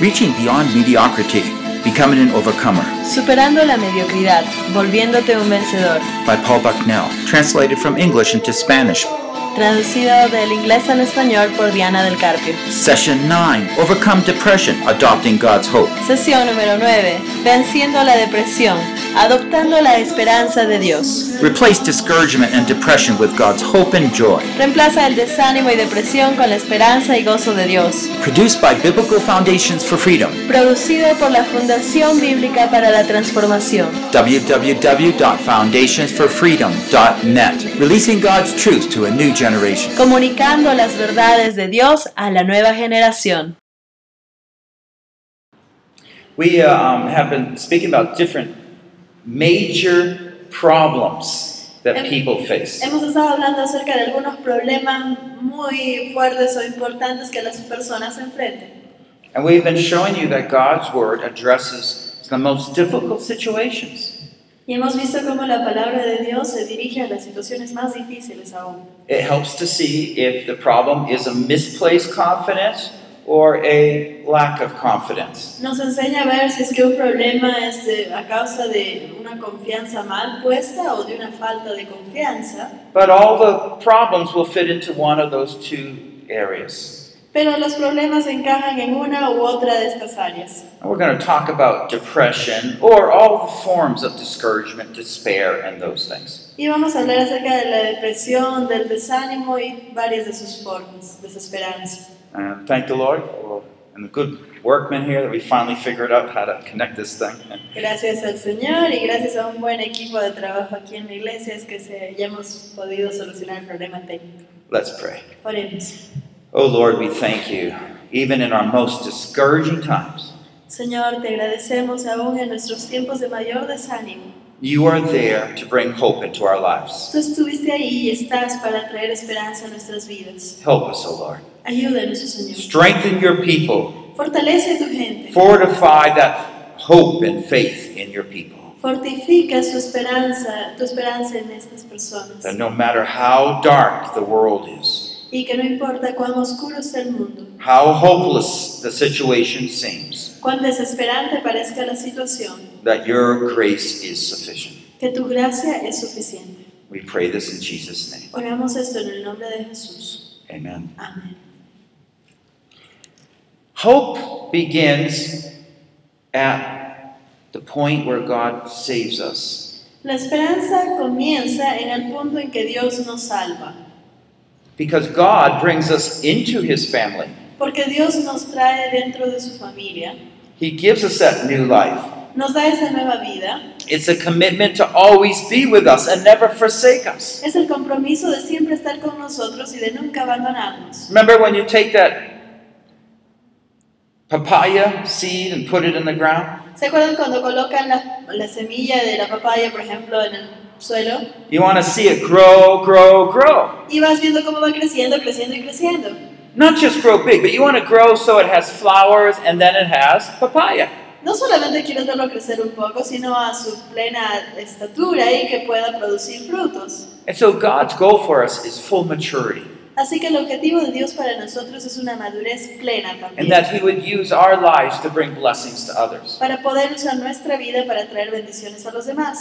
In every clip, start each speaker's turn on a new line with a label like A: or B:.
A: Reaching Beyond Mediocrity, Becoming an Overcomer
B: Superando la mediocridad, volviéndote un vencedor.
A: by Paul Bucknell, translated from English into Spanish.
B: Traducido del inglés al español por Diana del Carpio.
A: Session 9 Overcome Depression, Adopting God's Hope.
B: Sesión número 9. Venciendo la depresión, adoptando la esperanza de Dios.
A: Replace discouragement and depression with God's hope and joy.
B: Reemplaza el desánimo y depresión con la esperanza y gozo de Dios.
A: Produced by Biblical Foundations for Freedom,
B: Producido por la Fundación Bíblica para la Transformación.
A: www.foundationsforfreedom.net. Releasing God's truth to a new generation.
B: Comunicando las verdades de Dios a la nueva generación.
C: We uh, um, have been speaking about different major problems that
D: And-
C: people face.
D: Hemos estado hablando acerca de algunos problemas muy fuertes o importantes que las personas enfrentan.
C: And we've been showing you that God's Word addresses the most difficult situations.
D: Y hemos visto cómo la palabra de Dios se dirige a las situaciones más difíciles aún.
C: It helps to see if the problem is a misplaced confidence or a lack of confidence.
D: Nos enseña a ver si es que un problema es eh, a causa de una confianza mal puesta o de una falta de confianza.
C: But all the problems will fit into one of those two areas.
D: Pero los problemas encajan en una u otra de estas áreas.
C: And we're going to talk about depression or all the forms of discouragement, despair, and those things.
D: Y vamos a hablar acerca de la depresión, del desánimo y varias de sus formas, desesperanza.
C: And thank the Lord for, and the good workmen here that we finally figured out how to connect this thing.
D: Gracias al Señor y gracias a un buen equipo de trabajo aquí en la iglesia es que se- hayamos podido solucionar el problema técnico.
C: Let's pray.
D: Oremos.
C: Oh Lord, we thank you. Even in our most discouraging times,
D: Señor, te agradecemos aún en nuestros tiempos de mayor desánimo.
C: you are there to bring hope into our lives.
D: Tú estuviste ahí y estás para traer esperanza a nuestras vidas.
C: Help us, O Lord.
D: Ayúdanos, oh Señor.
C: Strengthen your people.
D: Fortalece a tu gente.
C: Fortify that hope and faith in your people.
D: Fortifica su esperanza, tu esperanza en estas personas.
C: That no matter how dark the world is,
D: Y que no importa cuán oscuro está el mundo,
C: how hopeless the situation seems,
D: cuán desesperante parezca la situación,
C: that your grace is sufficient.
D: que tu gracia es suficiente.
C: We pray this in Jesus' name.
D: Oramos esto en el nombre de Jesús.
C: Amen.
D: Amén.
C: Hope begins at the point where God saves us.
D: La esperanza comienza en el punto en que Dios nos salva,
C: Because God brings us into his family.
D: porque Dios nos trae dentro de su familia,
C: He gives us that new life.
D: nos da esa nueva vida,
C: It's a commitment to always be with us and never forsake us.
D: es el compromiso de siempre estar con nosotros y de nunca abandonarnos.
C: Remember when you take that papaya seed and put it in the ground?
D: ¿Se acuerdan cuando colocan la, la semilla de la papaya, por ejemplo, en el suelo?
C: You want to see it grow, grow, grow.
D: Y vas viendo cómo va creciendo, creciendo y creciendo.
C: Not just grow big, but you want to grow so it has flowers and then it has papaya.
D: No solamente quieres verlo crecer un poco, sino a su plena estatura y que pueda producir frutos.
C: And so God's goal for us is full maturity,
D: Así que el objetivo de Dios para nosotros es una madurez plena
C: and
D: también.
C: that He would use our lives to bring blessings to others.
D: Para poder usar nuestra vida para traer bendiciones a los demás.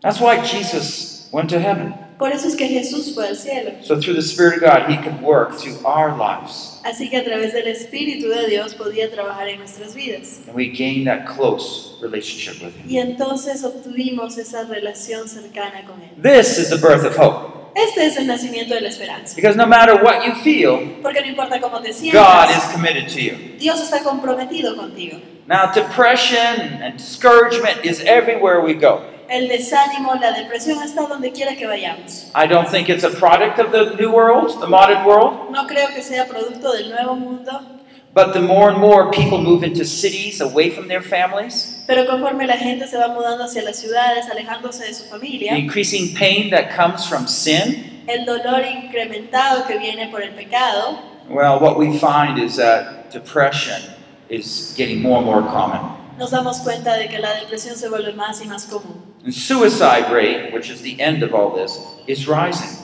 C: That's why Jesus went to heaven.
D: Por eso es que Jesús fue al cielo.
C: So through the Spirit of God, He could work through our lives,
D: Así que a través del Espíritu de Dios podía trabajar en nuestras vidas.
C: and we gain that close relationship with Him.
D: Y entonces obtuvimos esa relación cercana con Él.
C: This is the birth of hope,
D: Este es el nacimiento de la esperanza.
C: because no matter what you feel,
D: Porque no importa cómo te
C: God
D: sientas,
C: is committed to you.
D: Dios está comprometido contigo.
C: Now, depression and discouragement is everywhere we go.
D: El desánimo, la depresión está donde quiera que vayamos.
C: I don't think it's a product of the new world, the modern world,
D: No creo que sea producto del nuevo mundo,
C: but the more and more people move into cities away from their families,
D: pero conforme la gente se va mudando hacia las ciudades, alejándose de su
C: The
D: familia,
C: increasing pain that comes from sin?
D: el dolor incrementado que viene por el pecado,
C: Well, what we find is that depression is getting more and more common.
D: nos damos cuenta de que la depresión se vuelve más y más común.
C: And suicide rate, which is the end of all this, is rising.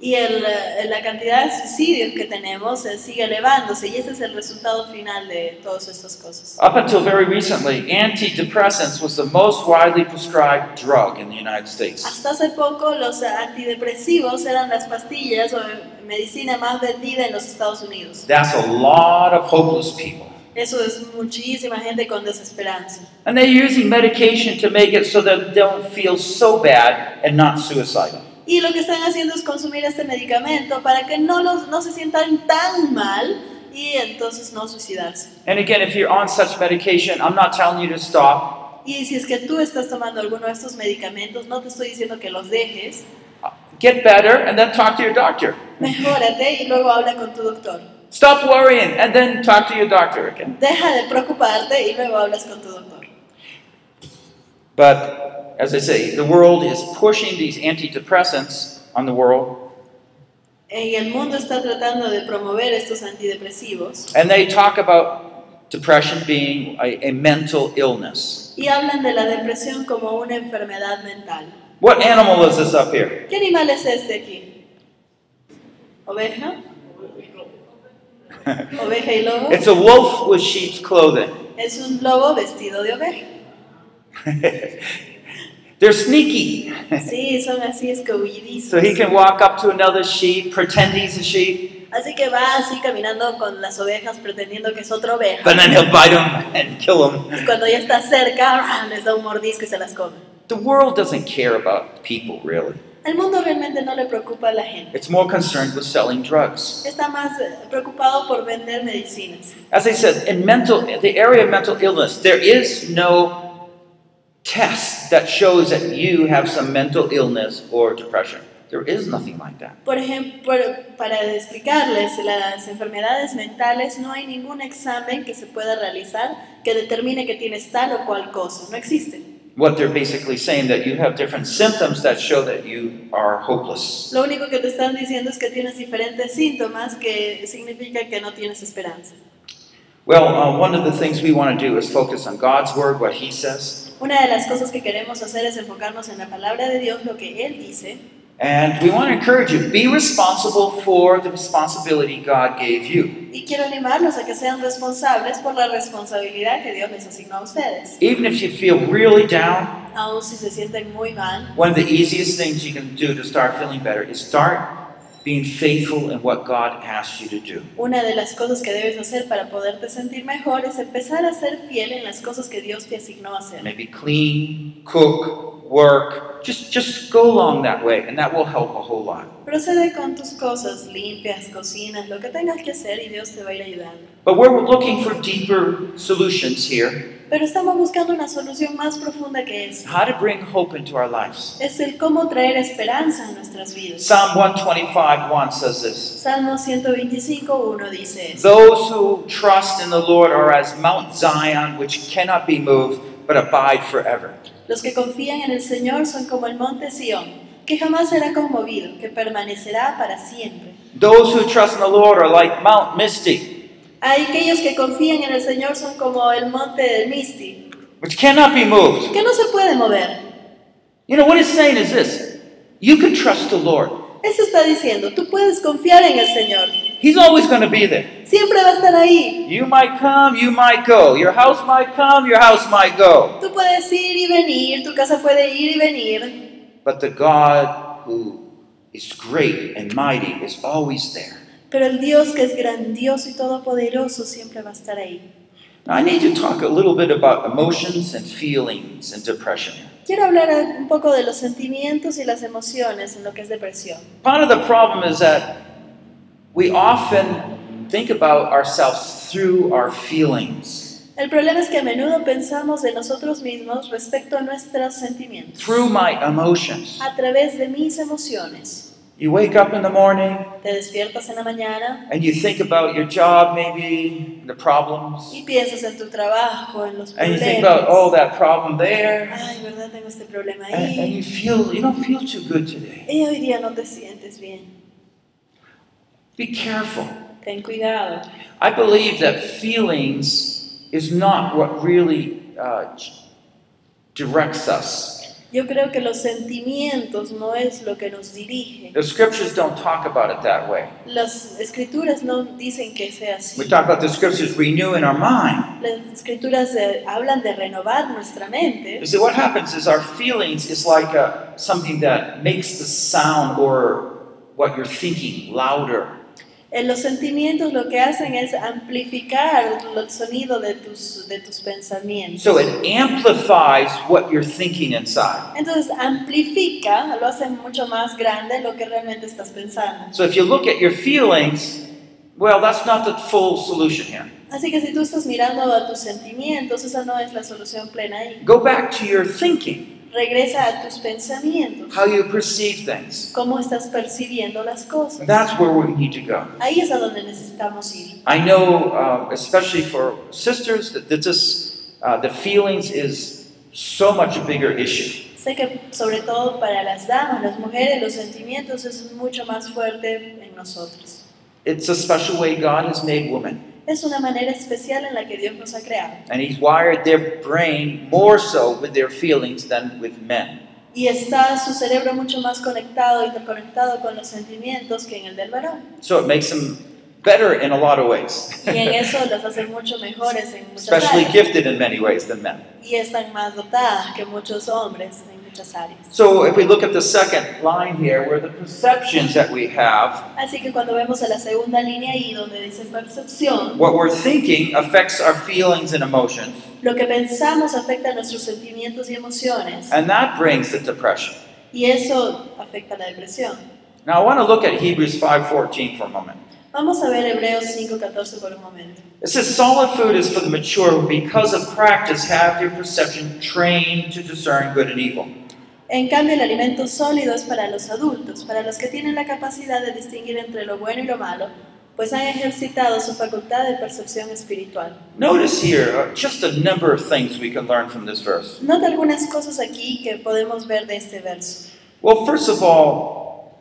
D: y el, eh, la cantidad de suicidios que tenemos eh, sigue elevándose y ese es el resultado final de todas estas cosas.
C: Up until very recently, antidepressants was the most widely prescribed drug in the United States.
D: Hasta hace poco los antidepresivos eran las pastillas o eh, medicina más vendida en los Estados Unidos.
C: That's a lot of hopeless people.
D: Eso es muchísima gente con desesperanza.
C: And they're using medication to make it so that they don't feel so bad and not suicidal.
D: Y lo que están haciendo es consumir este medicamento para que no, los, no se sientan tan mal y entonces no suicidarse.
C: And again, if you're on such medication, I'm not telling you to stop.
D: Y si es que tú estás tomando alguno de estos medicamentos, no te estoy diciendo que los dejes,
C: Get better and then talk to your doctor.
D: mejórate y luego habla con tu doctor.
C: Stop worrying and then talk to your doctor again.
D: Deja de preocuparte y luego hablas con tu doctor.
C: But as I say, the world is pushing these antidepressants on the world,
D: Y el mundo está tratando de promover estos antidepresivos
C: and they talk about depression being a, a mental illness.
D: y hablan de la depresión como una enfermedad mental.
C: What animal is this up here?
D: ¿Qué animal es este aquí? ¿Oveja? ¿Oveja y lobo?
C: It's a wolf with sheep's clothing.
D: Es un lobo vestido de oveja.
C: They're sneaky.
D: Sí, son así escobullidizos.
C: So he can walk up to another sheep, pretend he's a sheep,
D: Así que va así caminando con las ovejas pretendiendo que es otra oveja.
C: but then he'll bite him and kill him.
D: Y cuando ya está cerca, ¡ah! les da un mordisco y se las come.
C: The world doesn't care about people, really.
D: El mundo realmente no le preocupa a la gente.
C: It's more concerned with selling drugs.
D: Está más eh, preocupado por vender medicinas.
C: As I said, in mental, the area of mental illness, there is no test that shows that you have some mental illness or depression. There is nothing like that.
D: Por ejemplo, para explicarles las enfermedades mentales, no hay ningún examen que se pueda realizar que determine que tienes tal o cual cosa. No existe.
C: What they're basically saying that you have different symptoms that show that you are hopeless.
D: Lo único que te están diciendo es que tienes diferentes síntomas que significa que no tienes esperanza.
C: Well, uh, one of the things we want to do is focus on God's word, what He says,
D: Una de las cosas que queremos hacer es enfocarnos en la palabra de Dios, lo que Él dice,
C: and we want to encourage you be responsible for the responsibility God gave you.
D: y quiero animarlos a que sean responsables por la responsabilidad que Dios les asignó a ustedes.
C: Even if you feel really down,
D: Aun si se sienten muy mal,
C: one of the easiest things you can do to start feeling better is start being faithful in what God asks you to do.
D: una de las cosas que debes hacer para poderte sentir mejor es empezar a ser fiel en las cosas que Dios te asignó a hacer.
C: Maybe clean, cook, work. Just just go along that way, and that will help a whole lot.
D: Procede con tus cosas limpias, cocinas, lo que tengas que hacer y Dios te va a ir ayudando.
C: But we're looking for deeper solutions here.
D: Pero estamos buscando una solución más profunda que es.
C: How to bring hope into our lives.
D: Es el cómo traer esperanza a nuestras vidas.
C: Psalm 125 1 says this
D: Salmo 125, 1 dice esto.
C: Those who trust in the Lord are as Mount Zion, which cannot be moved, but abide forever.
D: Los que confían en el Señor son como el monte Sión, que jamás será conmovido, que permanecerá para siempre.
C: Those who trust in the Lord are like Mount Misty,
D: Hay aquellos que confían en el Señor son como el monte del Misti,
C: which cannot be moved.
D: que no se puede mover.
C: You know what it's saying is this you can trust the Lord,
D: Eso está diciendo, tú puedes confiar en el Señor.
C: He's always going to be there.
D: Siempre va a estar ahí.
C: You might come, you might go. Your house might come, your house might go.
D: Tú puedes ir y venir, tu casa puede ir y venir,
C: But the God who is great and mighty is always there.
D: pero el Dios que es grandioso y todopoderoso siempre va a estar ahí.
C: Now, I need to talk a little bit about emotions and feelings and depression.
D: Quiero hablar un poco de los sentimientos y las emociones en lo que es depresión.
C: Part of the problem is that we often think about ourselves through our feelings.
D: El problema es que a menudo pensamos de nosotros mismos respecto a nuestros sentimientos,
C: Through my emotions.
D: a través de mis emociones.
C: You wake up in the morning
D: Te despiertas en la mañana
C: and you think about your job, maybe, the problems.
D: y piensas en tu trabajo, en los
C: And you think about,
D: problemas.
C: oh, that problem there.
D: Ay, ¿verdad? Tengo este problema
C: And, and
D: ahí.
C: you feel, you don't feel too good today.
D: Y hoy día no te sientes bien.
C: Be careful.
D: Ten cuidado.
C: I believe that feelings is not what really uh, directs us.
D: Yo creo que los sentimientos no es lo que nos dirige.
C: The scriptures don't talk about it that way.
D: Las escrituras no dicen que sea
C: We
D: así.
C: talk about the scriptures renewing our mind.
D: Las escrituras eh, hablan de renovar nuestra mente.
C: You see, what happens is our feelings is like uh something that makes the sound or what you're thinking louder.
D: Eh, los sentimientos lo que hacen es amplificar el sonido de tus, de tus pensamientos.
C: So it amplifies what you're thinking inside.
D: Entonces amplifica, lo hace mucho más grande lo que realmente estás pensando.
C: So if you look at your feelings, well, that's not the full solution here.
D: Así que si tú estás mirando a tus sentimientos, esa no es la solución plena ahí.
C: Go back to your thinking,
D: Regresa a tus pensamientos,
C: how you perceive things.
D: cómo estás percibiendo las cosas.
C: That's where we need to go.
D: Ahí es a donde necesitamos ir.
C: I know, uh, especially for sisters, that, that this, uh, the feelings is so much a bigger issue.
D: Sé que sobre todo para las damas, las mujeres, los sentimientos es mucho más fuerte en nosotros.
C: It's a special way God has made women,
D: Es una manera especial en la que Dios nos ha creado.
C: and He's wired their brain more so with their feelings than with men.
D: Y está su cerebro mucho más conectado, interconectado con los sentimientos que en el del varón.
C: So it makes them better in a lot of ways,
D: Y en eso las hacen mucho mejores en muchas
C: especially
D: áreas.
C: gifted in many ways than men.
D: Y están más dotadas que muchos hombres en muchas áreas.
C: So if we look at the second line here, where the perceptions that we have,
D: Así que cuando vemos a la segunda línea ahí donde dice percepción,
C: what we're thinking affects our feelings and emotions,
D: lo que pensamos afecta a nuestros sentimientos y emociones.
C: and that brings the depression.
D: Y eso afecta a la depresión.
C: Now I want to look at Hebrews 5:14 for a moment.
D: Vamos a ver Hebreos 5.14 por un momento.
C: It says solid food is for the mature who because of practice have their perception trained to discern good and evil.
D: En cambio, el alimento sólido es para los adultos, para los que tienen la capacidad de distinguir entre lo bueno y lo malo, pues han ejercitado su facultad de percepción espiritual.
C: Notice here uh, just a number of things we can learn from this verse.
D: Nota algunas cosas aquí que podemos ver de este verso.
C: Well, first of all,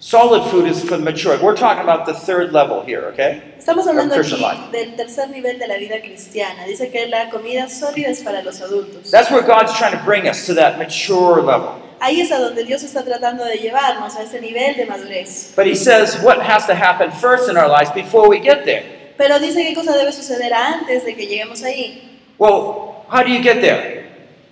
C: solid food is for the mature. We're talking about the third level here, okay?
D: Estamos hablando
C: Of Christian
D: aquí del tercer nivel de la vida cristiana. Dice que la comida sólida es para los adultos.
C: That's where God's trying to bring us to that mature level.
D: Ahí es a donde Dios está tratando de llevarnos, a ese nivel de madurez.
C: But he says what has to happen first in our lives before we get there.
D: Pero dice qué cosa debe suceder antes de que lleguemos ahí.
C: Well, how do you get there?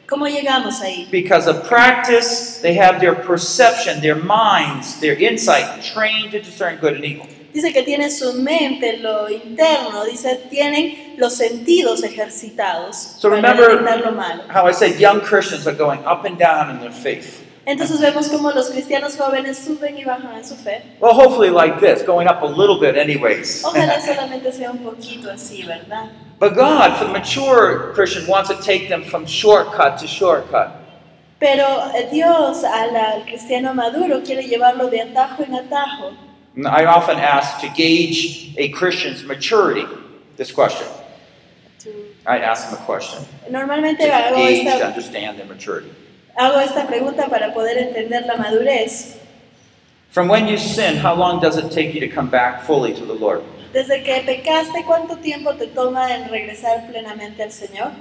D: ¿Cómo llegamos ahí?
C: Because of practice, they have their perception, their minds, their insight trained to discern good and evil.
D: Dice que tiene su mente, lo interno, dice tienen los sentidos ejercitados
C: So
D: para
C: remember-
D: detectar lo malo.
C: How I said young Christians are going up and down in their faith.
D: Entonces vemos cómo los cristianos jóvenes suben y bajan en su fe.
C: Well, hopefully, like this, going up a little bit, anyways.
D: Ojalá solamente sea un poquito así, ¿verdad?
C: but God, for the mature Christian, wants to take them from shortcut to shortcut.
D: Pero eh, Dios al, al cristiano maduro quiere llevarlo de atajo en atajo.
C: And I often ask to gauge a Christian's maturity this question. I ask them a question to
D: Normalmente hago
C: gauge, to
D: esta,
C: understand their maturity.
D: hago esta pregunta para poder entender la madurez.
C: From when you sin, how long does it take you to come back fully to the Lord?
D: Desde que pecaste, ¿cuánto tiempo te toma en regresar plenamente al Señor?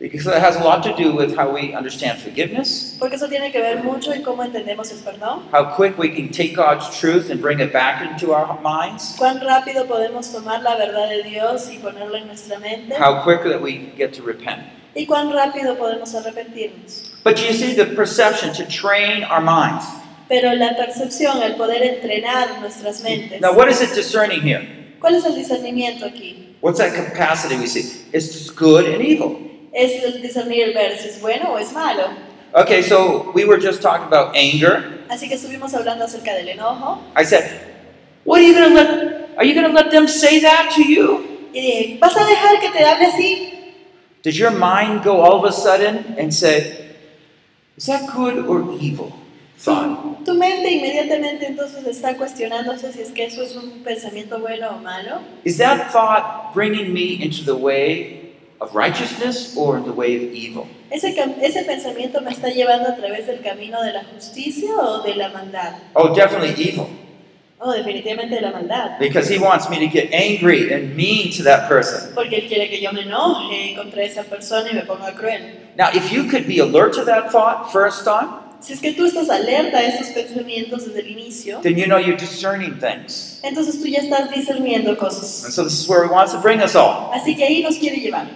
C: Because it has a lot to do with how we understand forgiveness,
D: Porque eso tiene que ver mucho en cómo entendemos el perdón,
C: how quick we can take God's truth and bring it back into our minds,
D: cuán rápido podemos tomar la verdad de Dios y ponerla en nuestra mente,
C: how quick that we get to repent.
D: y cuán rápido podemos arrepentirnos.
C: But you see, the perception to train our minds.
D: Pero la percepción, el poder entrenar nuestras mentes.
C: Now, what is it discerning here?
D: ¿Cuál es el discernimiento aquí?
C: What's that capacity we see? It's just good and evil.
D: Es el discernir el ver si es bueno o es malo.
C: Okay, so we were just talking about anger.
D: Así que estuvimos hablando acerca del enojo
C: I said, "What are you going to let? Are you going to let them say that to you?"
D: y dije, ¿vas a dejar que te hable así?
C: Does your mind go all of a sudden and say, "Is that good or evil?" Thought.
D: Tu mente inmediatamente entonces está cuestionándose si es que eso es un pensamiento bueno o malo.
C: Is that thought bringing me into the way of righteousness or the way of evil?
D: ¿Ese, cam- ¿Ese pensamiento me está llevando a través del camino de la justicia o de la maldad?
C: Oh, definitely evil.
D: Oh, definitivamente de la maldad.
C: because he wants me to get angry and mean to that person.
D: Porque él quiere que yo me enoje contra esa persona y me ponga cruel.
C: Now, if you could be alert to that thought first time,
D: Si es que tú estás alerta a esos pensamientos desde el inicio,
C: then you know you're discerning things.
D: entonces tú ya estás discerniendo cosas.
C: And so this is where he wants to bring us all.
D: Así que ahí nos quiere llevar.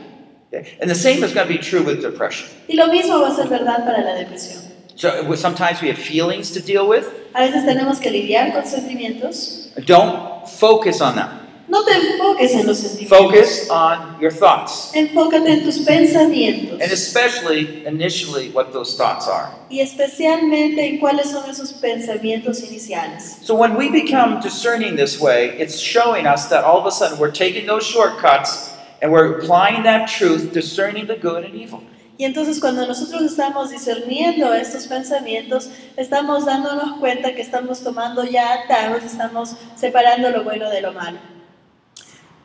C: Okay? And the same is going to be true with depression.
D: Y lo mismo va a ser verdad para la depresión.
C: So we- sometimes we have feelings to deal with.
D: A veces tenemos que lidiar con sentimientos.
C: Don't focus on them.
D: No te enfoques en los sentimientos.
C: Focus on your thoughts.
D: Enfócate en tus pensamientos.
C: And especially initially what those thoughts are.
D: Y especialmente en cuáles son esos pensamientos iniciales.
C: So when we become discerning this way, it's showing us that all of a sudden we're taking those shortcuts and we're applying that truth, discerning the good and evil.
D: Y entonces cuando nosotros estamos discerniendo estos pensamientos, estamos dándonos cuenta que estamos tomando ya atajos, estamos separando lo bueno de lo malo.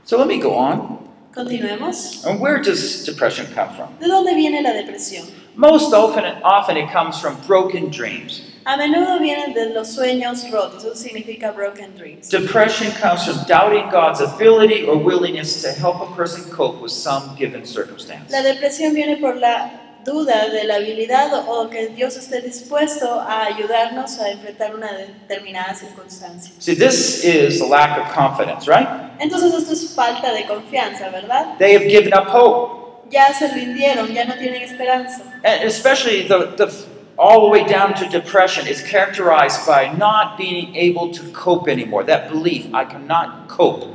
C: So let me go on.
D: Continuemos.
C: And where does depression come from?
D: ¿De dónde viene la depresión?
C: Most often, often it comes from broken dreams.
D: A menudo vienen de los sueños rotos, eso significa broken dreams.
C: Depression comes from doubting God's ability or willingness to help a person cope with some given circumstance.
D: La depresión viene por la duda de la habilidad o que Dios esté dispuesto a ayudarnos a enfrentar una determinada circunstancia.
C: See, this is a lack of confidence, right?
D: Entonces esto es falta de confianza, ¿verdad?
C: They have given up hope,
D: Ya se rindieron, ya no tienen esperanza.
C: and especially the, the all the way down to depression is characterized by not being able to cope anymore. That belief, I cannot cope.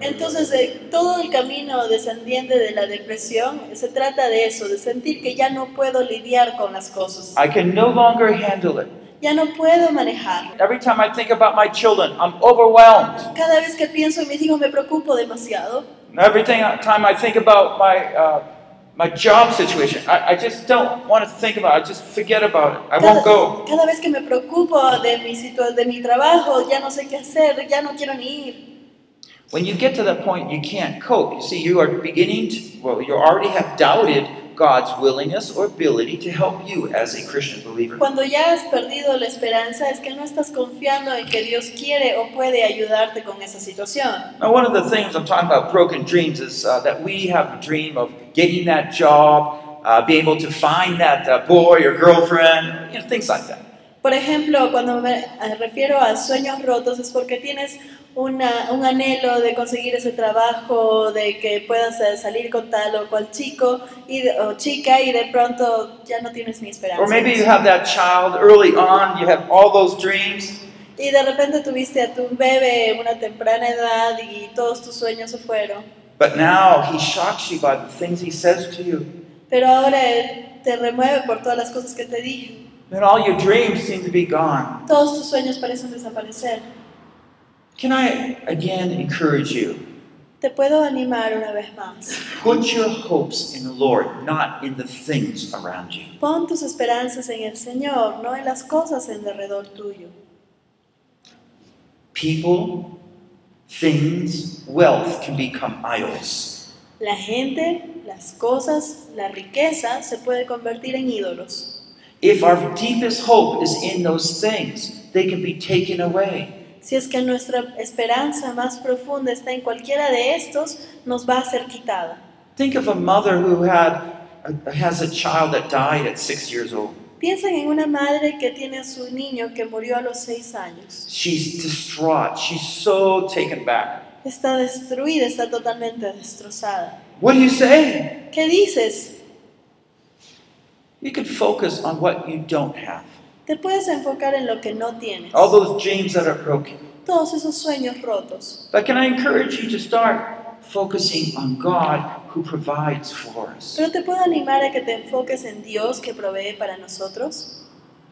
D: Entonces eh, todo el camino descendiente de la depresión eh, se trata de eso, de sentir que ya no puedo lidiar con las cosas,
C: I can no longer handle it.
D: ya no puedo manejar.
C: Every time I think about my children, I'm overwhelmed.
D: Cada vez que pienso en mis hijos me preocupo demasiado.
C: Every thing- time I think about my uh, my job situation, I, I just don't want to think about it. I just forget about it. I
D: Cada,
C: won't go.
D: cada vez que me preocupo de mi, situa- de mi trabajo, ya no sé qué hacer, ya no quiero ni ir.
C: When you get to that point, you can't cope. You see, you are beginning to, well, you already have doubted God's willingness or ability to help you as a Christian believer.
D: Cuando ya has perdido la esperanza es que no estás confiando en que Dios quiere o puede ayudarte con esa situación.
C: Now, one of the things I'm talking about broken dreams is uh, that we have a dream of getting that job, uh, being able to find that uh, boy or girlfriend, you know, things like that.
D: Por ejemplo, cuando me eh, refiero a sueños rotos es porque tienes una- un anhelo de conseguir ese trabajo, de que puedas eh, salir con tal o cual chico y de- o chica y de pronto ya no tienes ni esperanza.
C: Or maybe you have that child early on, you have all those dreams.
D: Y de repente tuviste a tu bebé a una temprana edad y todos tus sueños se fueron.
C: But now he shocks you by the things he says to you.
D: Pero ahora él te remueve por todas las cosas que te dije.
C: Then all your dreams seem to be gone.
D: Todos tus sueños parecen desaparecer.
C: Can I again encourage you?
D: Te puedo animar una vez más.
C: Put your hopes in the Lord, not in the things around you.
D: Pon tus esperanzas en el Señor, no en las cosas en derredor tuyo.
C: People, things, wealth can become idols.
D: La gente, las cosas, la riqueza se puede convertir en ídolos.
C: If our deepest hope is in those things, they can be taken away.
D: Si es que nuestra esperanza más profunda está en cualquiera de estos, nos va a ser quitada.
C: Think of a mother who had has a child that died at six years old.
D: Piensen en una madre que tiene a su niño que murió a los seis años.
C: She's distraught. She's so taken back.
D: Está destruida, está totalmente destrozada.
C: What do you say?
D: ¿Qué dices?
C: You can focus on what you don't have.
D: Te puedes enfocar en lo que no tienes.
C: All those dreams that are broken.
D: Todos esos sueños rotos.
C: But can I encourage you to start focusing on God who provides for us?
D: Pero te puedo animar a que te enfoques en Dios que provee para nosotros,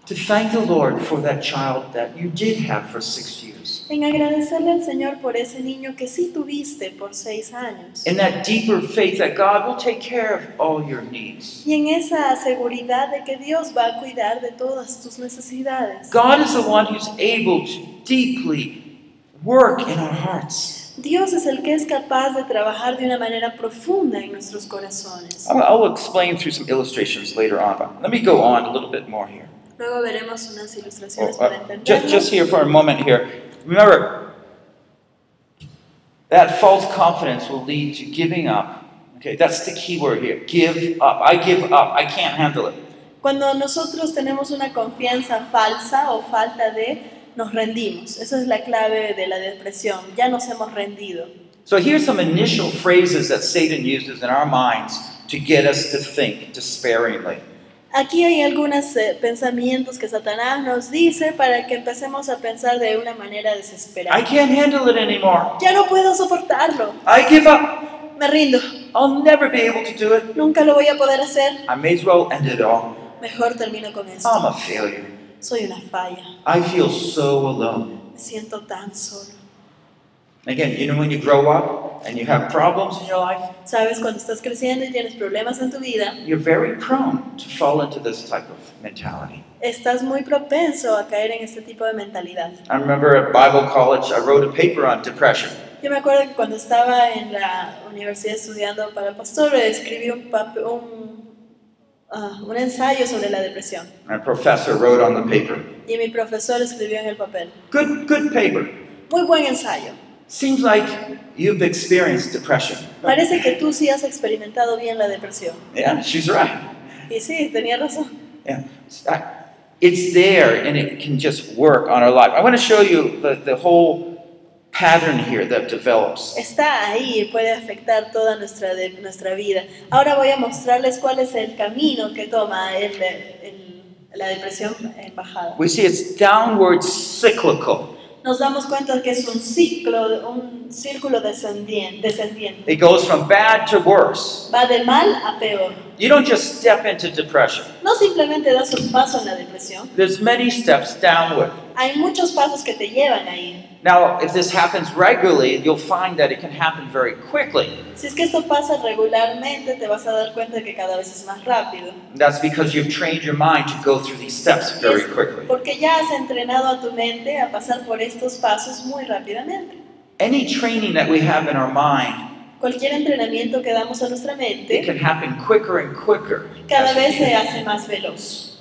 C: To thank the Lord for that child that you did have for six years.
D: en agradecerle al Señor por ese niño que sí tuviste por seis años
C: In that deeper faith that God will take care of all your needs.
D: y en esa seguridad de que Dios va a cuidar de todas tus necesidades.
C: God is the one who's able to deeply work in our hearts.
D: Dios es el que es capaz de trabajar de una manera profunda en nuestros corazones.
C: I'll- I'll explain through some illustrations later on, but let me go on a little bit more here.
D: Luego veremos unas
C: Oh,
D: ilustraciones para
C: uh, ju- just
D: entenderlo.
C: here for a moment here. Remember, that false confidence will lead to giving up. Okay, that's the key word here. Give up. I give up. I can't handle it.
D: Cuando nosotros tenemos una confianza falsa o falta de, nos rendimos. Esa es la clave de la depresión. Ya nos hemos rendido.
C: So here's some initial phrases that Satan uses in our minds to get us to think despairingly.
D: Aquí hay algunos eh, pensamientos que Satanás nos dice para que empecemos a pensar de una manera
C: I
D: desesperada.
C: can't handle it anymore.
D: Ya no puedo soportarlo.
C: I give up.
D: Me rindo.
C: I'll never be able to do it.
D: Nunca lo voy a poder hacer.
C: I may as well end it all.
D: Mejor termino con esto.
C: I'm a failure.
D: Soy una falla.
C: I feel so alone.
D: Me siento tan solo.
C: Again, you know when you grow up and you have problems in your life,
D: Sabes, cuando estás creciendo y tienes problemas en tu vida,
C: you're very prone to fall into this type of mentality.
D: estás muy propenso a caer en este tipo de mentalidad.
C: I remember at Bible college, I wrote a paper on depression.
D: Yo me acuerdo que cuando estaba en la universidad estudiando para pastor, escribí un, pap- un, ah, un ensayo sobre la depresión.
C: My professor wrote on the paper.
D: Y mi profesor escribió en el papel.
C: Good, good paper.
D: Muy buen ensayo.
C: Seems like you've experienced depression.
D: Parece que tú sí has experimentado bien la depresión.
C: Yeah, she's right.
D: Y sí, tenía razón.
C: Yeah. It's- I- It's there and it can just work on our life. I want to show you the, the whole pattern here that develops.
D: Está ahí y puede afectar toda nuestra, de- nuestra vida. Ahora voy a mostrarles cuál es el camino que toma el- el- la depresión en bajada.
C: We see it's downward cyclical.
D: Nos damos cuenta que es un ciclo, un círculo descendien- descendiente.
C: It goes from bad to worse.
D: Va de mal a peor.
C: You don't just step into depression.
D: No simplemente das un paso en la depresión.
C: There's many steps downward.
D: Hay muchos pasos que te llevan ahí.
C: Now, if this happens regularly, you'll find that it can happen very quickly.
D: Si es que esto pasa regularmente, te vas a dar cuenta que cada vez es más rápido.
C: That's because you've trained your mind to go through these steps very quickly.
D: Porque ya has entrenado a tu mente a pasar por estos pasos muy rápidamente.
C: Any training that we have in our mind,
D: Cualquier entrenamiento que damos a nuestra
C: it
D: mente
C: can happen quicker and quicker.
D: cada vez se hace más veloz.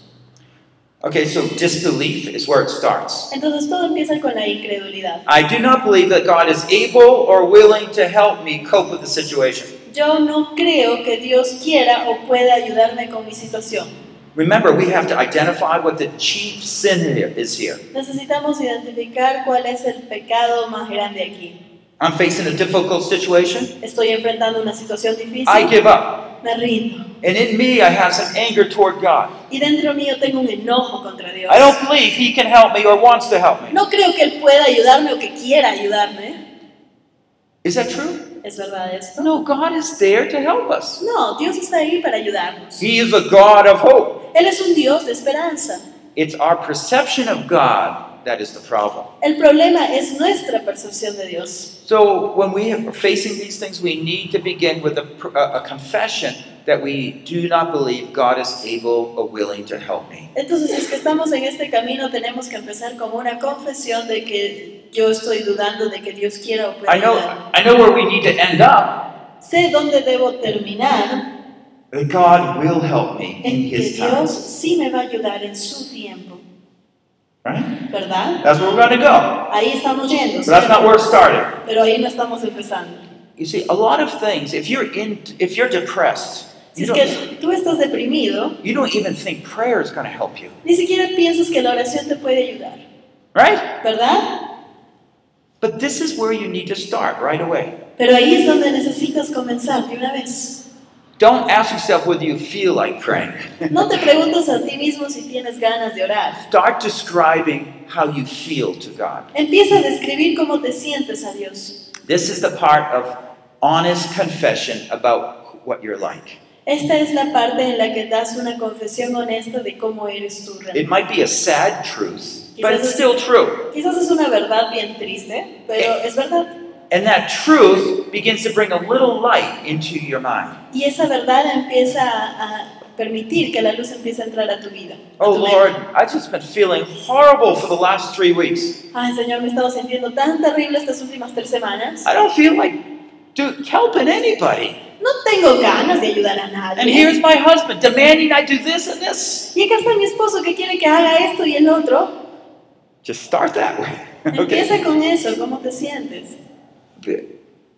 C: Okay, so disbelief is where it starts.
D: Entonces todo empieza con la incredulidad.
C: I do not believe that God is able or willing to help me cope with the situation.
D: Yo no creo que Dios quiera o pueda ayudarme con mi situación.
C: Remember, we have to identify what the chief sin here- is here.
D: Necesitamos identificar cuál es el pecado más grande aquí.
C: I'm facing a difficult situation.
D: Estoy enfrentando una situación
C: I
D: difícil,
C: give up.
D: me rindo.
C: And in me, I have some anger toward God.
D: Y dentro mío tengo un enojo contra Dios.
C: I don't believe He can help me or wants to help me.
D: No creo que Él pueda ayudarme o que quiera ayudarme.
C: Is that true?
D: ¿Es verdad esto?
C: No, God is there to help us.
D: No, Dios está ahí para ayudarnos.
C: He is a God of hope.
D: Él es un Dios de esperanza.
C: It's our perception of God that is the problem.
D: El problema es nuestra percepción de Dios.
C: So when we are facing these things, we need to begin with a, pr- a a confession that we do not believe God is able or willing to help me.
D: Entonces, si es que estamos en este camino, tenemos que empezar como una confesión de que yo estoy dudando de que Dios quiera o pueda
C: I know,
D: ayudarme.
C: I know where we need to end up.
D: Sé dónde debo terminar,
C: That God will help me in
D: en que
C: His time.
D: Dios sí me va a ayudar en su tiempo,
C: Right?
D: ¿verdad?
C: That's where we're going to go.
D: Ahí estamos yendo,
C: But that's not
D: ¿cierto?
C: where it started.
D: pero ahí no estamos empezando.
C: You see, a lot of things. If you're in, if you're depressed,
D: Si
C: you
D: es
C: don't,
D: que tú estás deprimido,
C: you don't even think prayer is going to help you,
D: ni siquiera piensas que la oración te puede ayudar,
C: right?
D: ¿verdad?
C: But this is where you need to start right away.
D: Pero ahí es donde necesitas comenzar de una vez.
C: Don't ask yourself whether you feel like praying.
D: No te preguntas a ti mismo si tienes ganas de orar.
C: Start describing how you feel to God.
D: Empieza a describir cómo te sientes a Dios.
C: This is the part of honest confession about what you're like.
D: Esta es la parte en la que das una confesión honesta de cómo eres tú realmente.
C: It might be a sad truth, but it's still true.
D: Quizás es una verdad bien triste, pero es verdad.
C: And that truth begins to bring a little light into your mind.
D: Y esa verdad empieza a, a permitir que la luz empiece a entrar a tu vida. a
C: Oh
D: tu mente.
C: Lord, I've just been feeling horrible for the last three weeks.
D: Ay, Señor, me he estado sintiendo tan terrible estas últimas tres semanas.
C: I don't feel like do, helping anybody.
D: No tengo ganas de ayudar a
C: And
D: nadie. ¿eh?
C: here's my husband demanding I do this and this.
D: Y acá está mi esposo que quiere que haga esto y el otro.
C: Just start that way.
D: Empieza con eso, ¿cómo te sientes?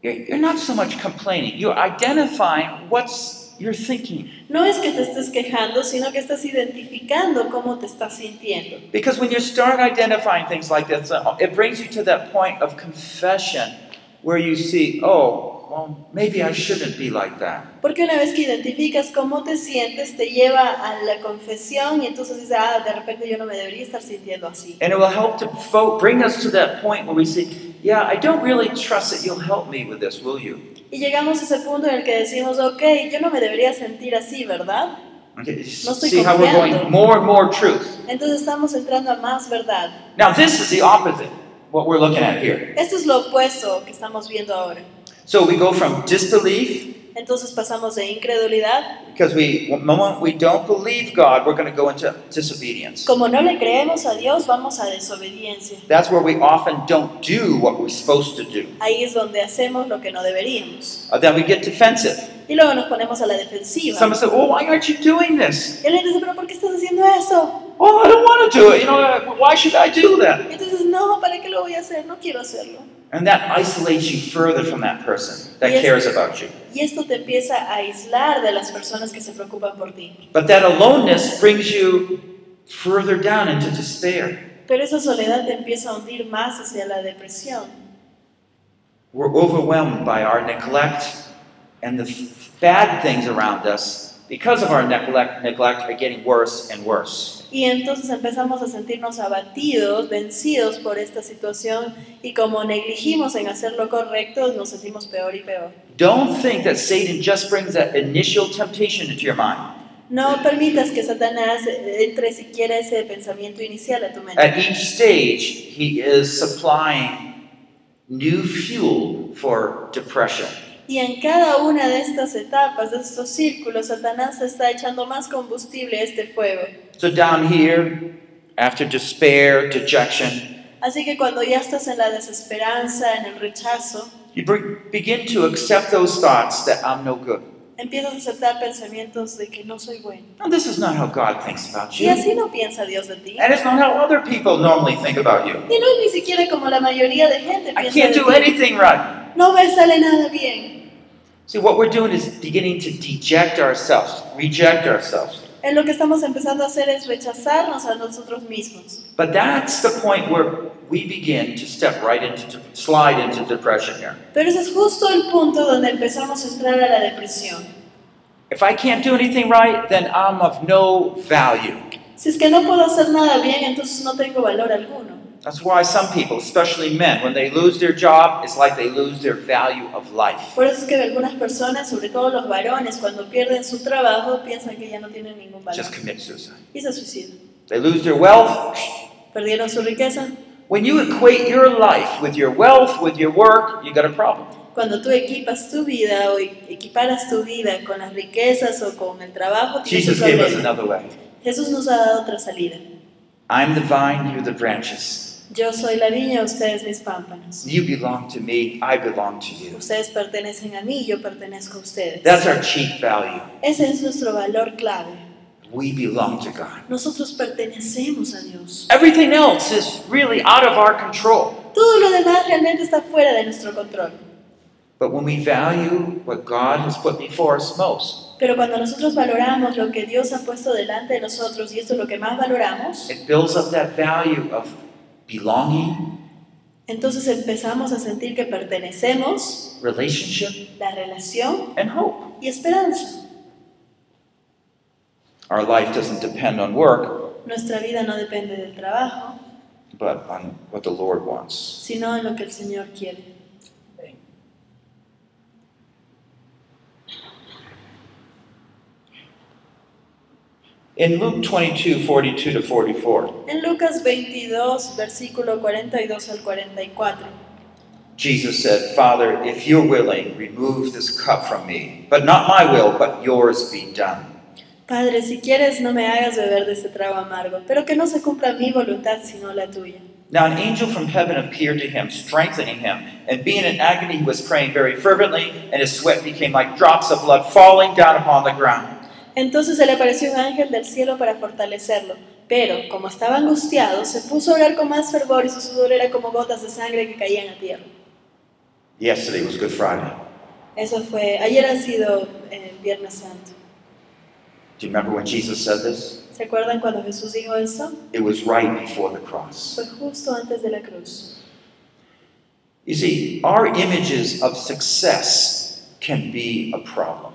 C: You're not so much complaining. You're identifying what's you're thinking.
D: No es que te estés quejando, sino que estás identificando cómo te estás sintiendo.
C: Because when you start identifying things like this, uh, it brings you to that point of confession where you see, oh, well, maybe I shouldn't be like that.
D: Porque una vez que identificas cómo te sientes, te lleva a la confesión y entonces dices, ah, de repente yo no me debería estar sintiendo así.
C: And it will help to fo- bring us to that point where we see, yeah, I don't really trust that you'll help me with this, will you?
D: Y llegamos a ese punto en el que decimos, ok, yo no me debería sentir así, ¿verdad?
C: Okay,
D: No estoy
C: see how we're going
D: confiando.
C: more and more truth.
D: Entonces estamos entrando a más verdad.
C: Now, this is the opposite, what we're looking at here.
D: Esto es lo opuesto que estamos viendo ahora.
C: So we go from disbelief,
D: Entonces pasamos de incredulidad.
C: because we, the moment we don't believe God, we're going to go into disobedience.
D: Como no le creemos a Dios, vamos a desobediencia.
C: That's where we often don't do what we're supposed to do.
D: Ahí es donde hacemos lo que no deberíamos.
C: Uh, then we get defensive.
D: Y luego nos ponemos a la defensiva.
C: Someone said, "Well, why aren't you doing this?
D: Y él le dice, pero ¿por qué estás haciendo eso?
C: Oh, I don't want to do it. You know, uh, why should I do that?"
D: Y entonces, no, ¿para qué lo voy a hacer? No quiero hacerlo.
C: And that isolates you further from that person that
D: Yes.
C: cares about you.
D: Y esto te empieza a aislar de las personas que se preocupan por ti.
C: But that aloneness brings you further down into despair.
D: Pero esa soledad te empieza a hundir más hacia la depresión.
C: We're overwhelmed by our neglect and the f- bad things around us because of our neglect. Neglect are getting worse and worse.
D: Y entonces empezamos a sentirnos abatidos, vencidos por esta situación y como negligimos en hacer lo correcto, nos sentimos peor y peor.
C: Don't think that Satan just brings that initial temptation into your mind.
D: No permitas que Satanás eh, entre siquiera ese pensamiento inicial a tu mente.
C: At each stage, he is supplying new fuel for depression.
D: Y en cada una de estas etapas, de estos círculos, Satanás está echando más combustible a este fuego.
C: So down here, after despair, dejection,
D: Así que cuando ya estás en la desesperanza, en el rechazo,
C: you bring, begin to accept those thoughts that I'm no good.
D: empiezas a aceptar pensamientos de que no soy bueno.
C: No, this is not how God thinks about
D: Y
C: you.
D: así no piensa Dios de ti.
C: And it's not how other people normally think about you.
D: Y no es ni siquiera como la mayoría de gente
C: I
D: piensa
C: can't do
D: de ti.
C: anything right.
D: No me sale nada bien.
C: See, what we're doing is beginning to deject ourselves, reject ourselves.
D: En lo que estamos empezando a hacer es rechazarnos a nosotros mismos.
C: But that's the point where we begin to step right into, slide into depression here.
D: Pero ese es justo el punto donde empezamos a entrar a la depresión.
C: If I can't do anything right, then I'm of no value.
D: Si es que no puedo hacer nada bien, entonces no tengo valor alguno.
C: That's why some people, especially men, when they lose their job, it's like they lose their value of life.
D: Por eso es que algunas personas, sobre todo los varones, cuando pierden su trabajo, piensan que ya no tienen ningún valor
C: Just commit suicide.
D: y se suicidan.
C: They lose their wealth.
D: Perdieron su riqueza.
C: When you equate your life with your wealth, with your work, you got a problem.
D: Cuando tú equipas tu vida o e- equiparas tu vida con las riquezas o con el trabajo, tienes
C: Jesus
D: un
C: gave us
D: problema.
C: another way.
D: Jesús nos ha dado otra salida.
C: I'm the vine, you're the branches.
D: Yo soy la viña, ustedes mis pámpanos.
C: You belong to me, I belong to you.
D: Ustedes pertenecen a mí, yo pertenezco a ustedes.
C: That's our chief value.
D: Ese es nuestro valor clave.
C: We belong to God.
D: Nosotros pertenecemos a Dios.
C: Everything else is really out of our control.
D: Todo lo demás realmente está fuera de nuestro control.
C: But when we value what God has put before us most,
D: Pero cuando nosotros valoramos lo que Dios ha puesto delante de nosotros, y esto es lo que más valoramos,
C: it builds up that value of belonging,
D: entonces empezamos a sentir que pertenecemos,
C: relationship,
D: la relación
C: and hope.
D: y esperanza.
C: Our life doesn't depend on work,
D: Nuestra vida no depende del trabajo,
C: but on what the Lord wants.
D: sino en lo que el Señor quiere.
C: In Luke 22 42 to 44,
D: En Lucas 22, versículo 42 al 44,
C: Jesus said, Father, if you're willing, remove this cup from me, but not my will, but yours be done.
D: Padre, si quieres, no me hagas beber de este trago amargo, pero que no se cumpla mi voluntad, sino la tuya.
C: Now an angel from heaven appeared to him, strengthening him, and being in agony, he was praying very fervently, and his sweat became like drops of blood falling down upon the ground.
D: Entonces se le apareció un ángel del cielo para fortalecerlo. Pero como estaba angustiado, se puso a orar con más fervor y su sudor era como gotas de sangre que caían a tierra.
C: Yesterday was Good Friday.
D: Eso fue, ayer ha sido eh, Viernes Santo.
C: Do you remember when Jesus said this?
D: ¿Se acuerdan cuando Jesús dijo eso?
C: It was right before the cross.
D: Fue justo antes de la cruz.
C: You see, our images of success can be a problem.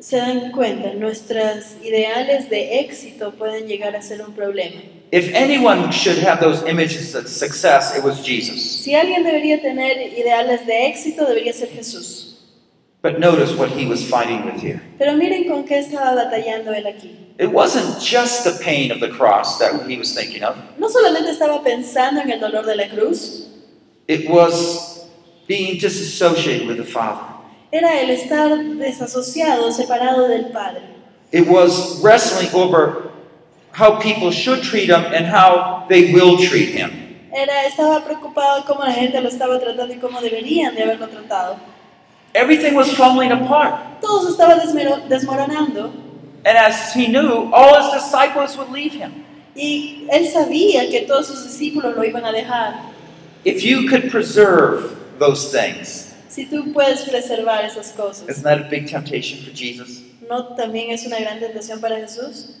D: Se dan cuenta, nuestros ideales de éxito pueden llegar a ser un problema.
C: If anyone should have those images of success, it was Jesus.
D: Si alguien debería tener ideales de éxito, debería ser Jesús.
C: But notice what he was fighting with here.
D: Pero miren con qué estaba batallando él aquí.
C: It wasn't just the pain of the cross that he was thinking of,
D: No solamente estaba pensando en el dolor de la cruz,
C: it was being disassociated with the Father.
D: era el estar desasociado, separado del Padre.
C: It was wrestling over how people should treat him and how they will treat him.
D: Era, estaba preocupado cómo la gente lo estaba tratando y cómo deberían de haberlo tratado.
C: Everything was falling apart.
D: Todo se estaba desmero- desmoronando
C: And as he knew, all his disciples would leave him.
D: y él sabía que todos sus discípulos lo iban a dejar.
C: If you could preserve those things,
D: Si tú puedes preservar esas cosas,
C: isn't that a big temptation for Jesus?
D: ¿no también es una gran tentación para Jesús?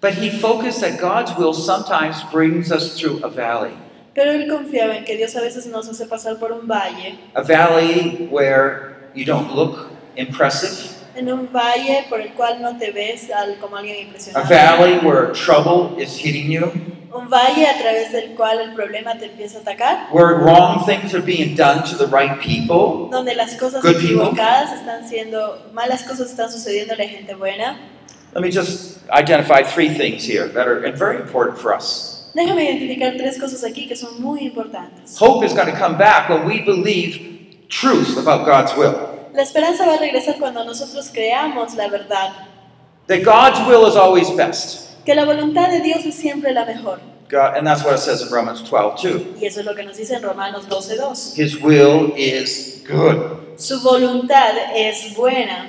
C: But he focused that God's will sometimes brings us through a valley,
D: Pero él confiaba en que Dios a veces nos hace pasar por un valle,
C: a valley where you don't look impressive,
D: en un valle por el cual no te ves al- como alguien
C: a
D: impresionante.
C: valley where trouble is hitting you,
D: Un valle a través del cual el problema te empieza a atacar,
C: where wrong things are being done to the right people,
D: donde las cosas
C: Good people.
D: equivocadas están siendo, malas cosas están sucediendo a la gente buena.
C: Let me just identify three things here that are and very important for us.
D: Déjame identificar tres cosas aquí que son muy importantes.
C: Hope is going to come back when we believe truth about God's will.
D: La esperanza va a regresar cuando nosotros creamos la verdad,
C: That God's will is always best.
D: que la voluntad de Dios es siempre la mejor.
C: God, and that's what it says in Romans 12 too.
D: Y eso es lo que nos dice en Romanos 12.2.
C: His will is good.
D: Su voluntad es buena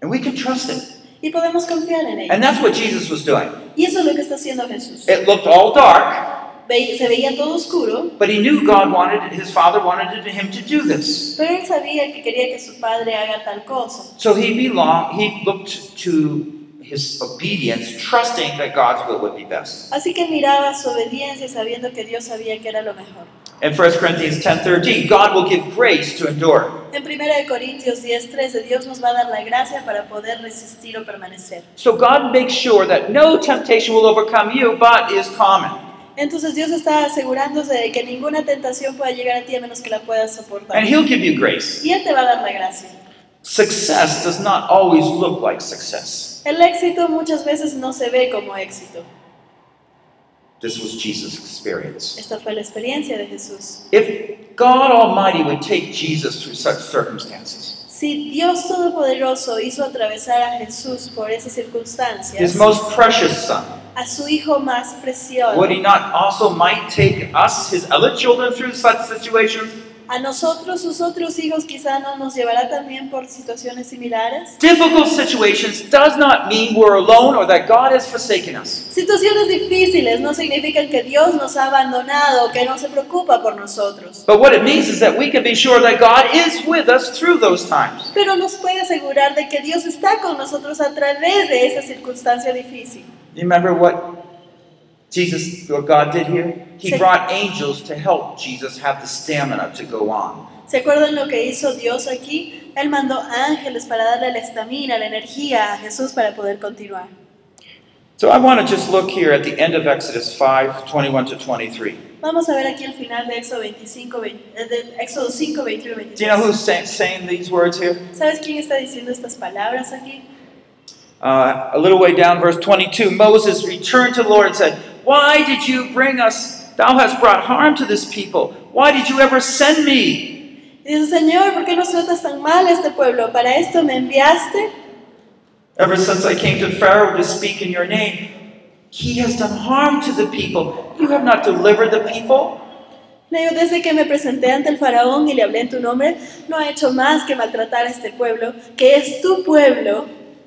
C: And we can trust it.
D: y podemos confiar en ella.
C: And that's what Jesus was doing.
D: Y eso es lo que está haciendo Jesús.
C: It looked all dark,
D: Ve- Se veía todo oscuro,
C: but he knew God wanted his father wanted him to do this.
D: pero él sabía que quería que su padre haga tal cosa.
C: So he belonged he looked to his obedience, trusting that God's will would be best.
D: Así que miraba su obediencia sabiendo que Dios sabía que era lo mejor.
C: In 1 Corinthians 10:13, God will give grace to endure.
D: En 1 Corintios 10:13, Dios nos va a dar la gracia para poder resistir o permanecer.
C: So God makes sure that no temptation will overcome you, but is common.
D: Entonces Dios está asegurándose de que ninguna tentación pueda llegar a ti a menos que la puedas soportar.
C: And he'll give you grace.
D: Y Él te va a dar la gracia.
C: Success does not always look like success.
D: El éxito muchas veces no se ve como éxito.
C: This was Jesus' experience.
D: Esta fue la experiencia de Jesús.
C: If God Almighty would take Jesus through such circumstances,
D: Si Dios Todopoderoso hizo atravesar a Jesús por esas
C: his
D: circunstancias,
C: most precious son,
D: a su hijo más
C: would
D: precioso,
C: he not also might take us, his other children, through such situations?
D: a nosotros, sus otros hijos, quizá no nos llevará también por situaciones similares.
C: Difficult situations does not mean we're alone or that God has forsaken us.
D: Situaciones difíciles no significan que Dios nos ha abandonado, que no se preocupa por nosotros.
C: But what it means is that we can be sure that God is with us through those times.
D: Pero nos puede asegurar de que Dios está con nosotros a través de esa circunstancia difícil.
C: You remember what Jesus, what God did here? He
D: Sí.
C: brought angels to help Jesus have the stamina to go on.
D: ¿Se acuerdan lo que hizo Dios aquí? Él mandó ángeles para darle la estamina, la energía a Jesús para poder continuar.
C: So I want to just look here at the end of Exodus 5 21 to 23.
D: Vamos a ver aquí el final de Éxodo, 25, 20 eh, de Éxodo 5, 21
C: Do you know
D: 22.
C: who's saying, saying these words here?
D: ¿Sabes quién está diciendo estas palabras aquí?
C: Uh, a little way down, verse 22 Moses returned to the Lord and said, Why did you bring us? Thou hast brought harm to this people. Why did you ever send me?
D: Y dice, Señor, ¿por qué nos tratas tan mal a este pueblo? ¿Para esto me enviaste?
C: Ever since I came to Pharaoh to speak in your name, he has done harm to the people. You have not delivered the people.
D: Le digo, desde que me presenté ante el faraón y le hablé en tu nombre, no ha hecho más que maltratar a este pueblo, que es tu pueblo.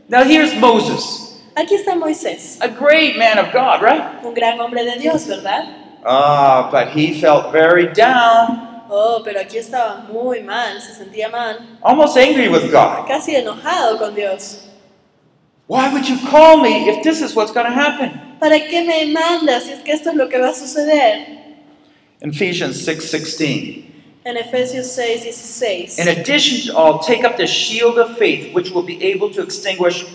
C: Now here's Moses.
D: Aquí está Moisés,
C: A great man of God, right?
D: un gran hombre de Dios, ¿verdad?
C: Ah, but he felt very down,
D: Oh, pero aquí estaba muy mal, se sentía mal,
C: almost angry with God.
D: casi enojado con Dios.
C: Why would you call me if this is what's going to happen?
D: ¿Para qué me mandas si es que esto es lo que va a suceder?
C: Ephesians 6:16.
D: En Efesios 6, 16.
C: In addition to all, take up the shield of faith, which will be able to extinguish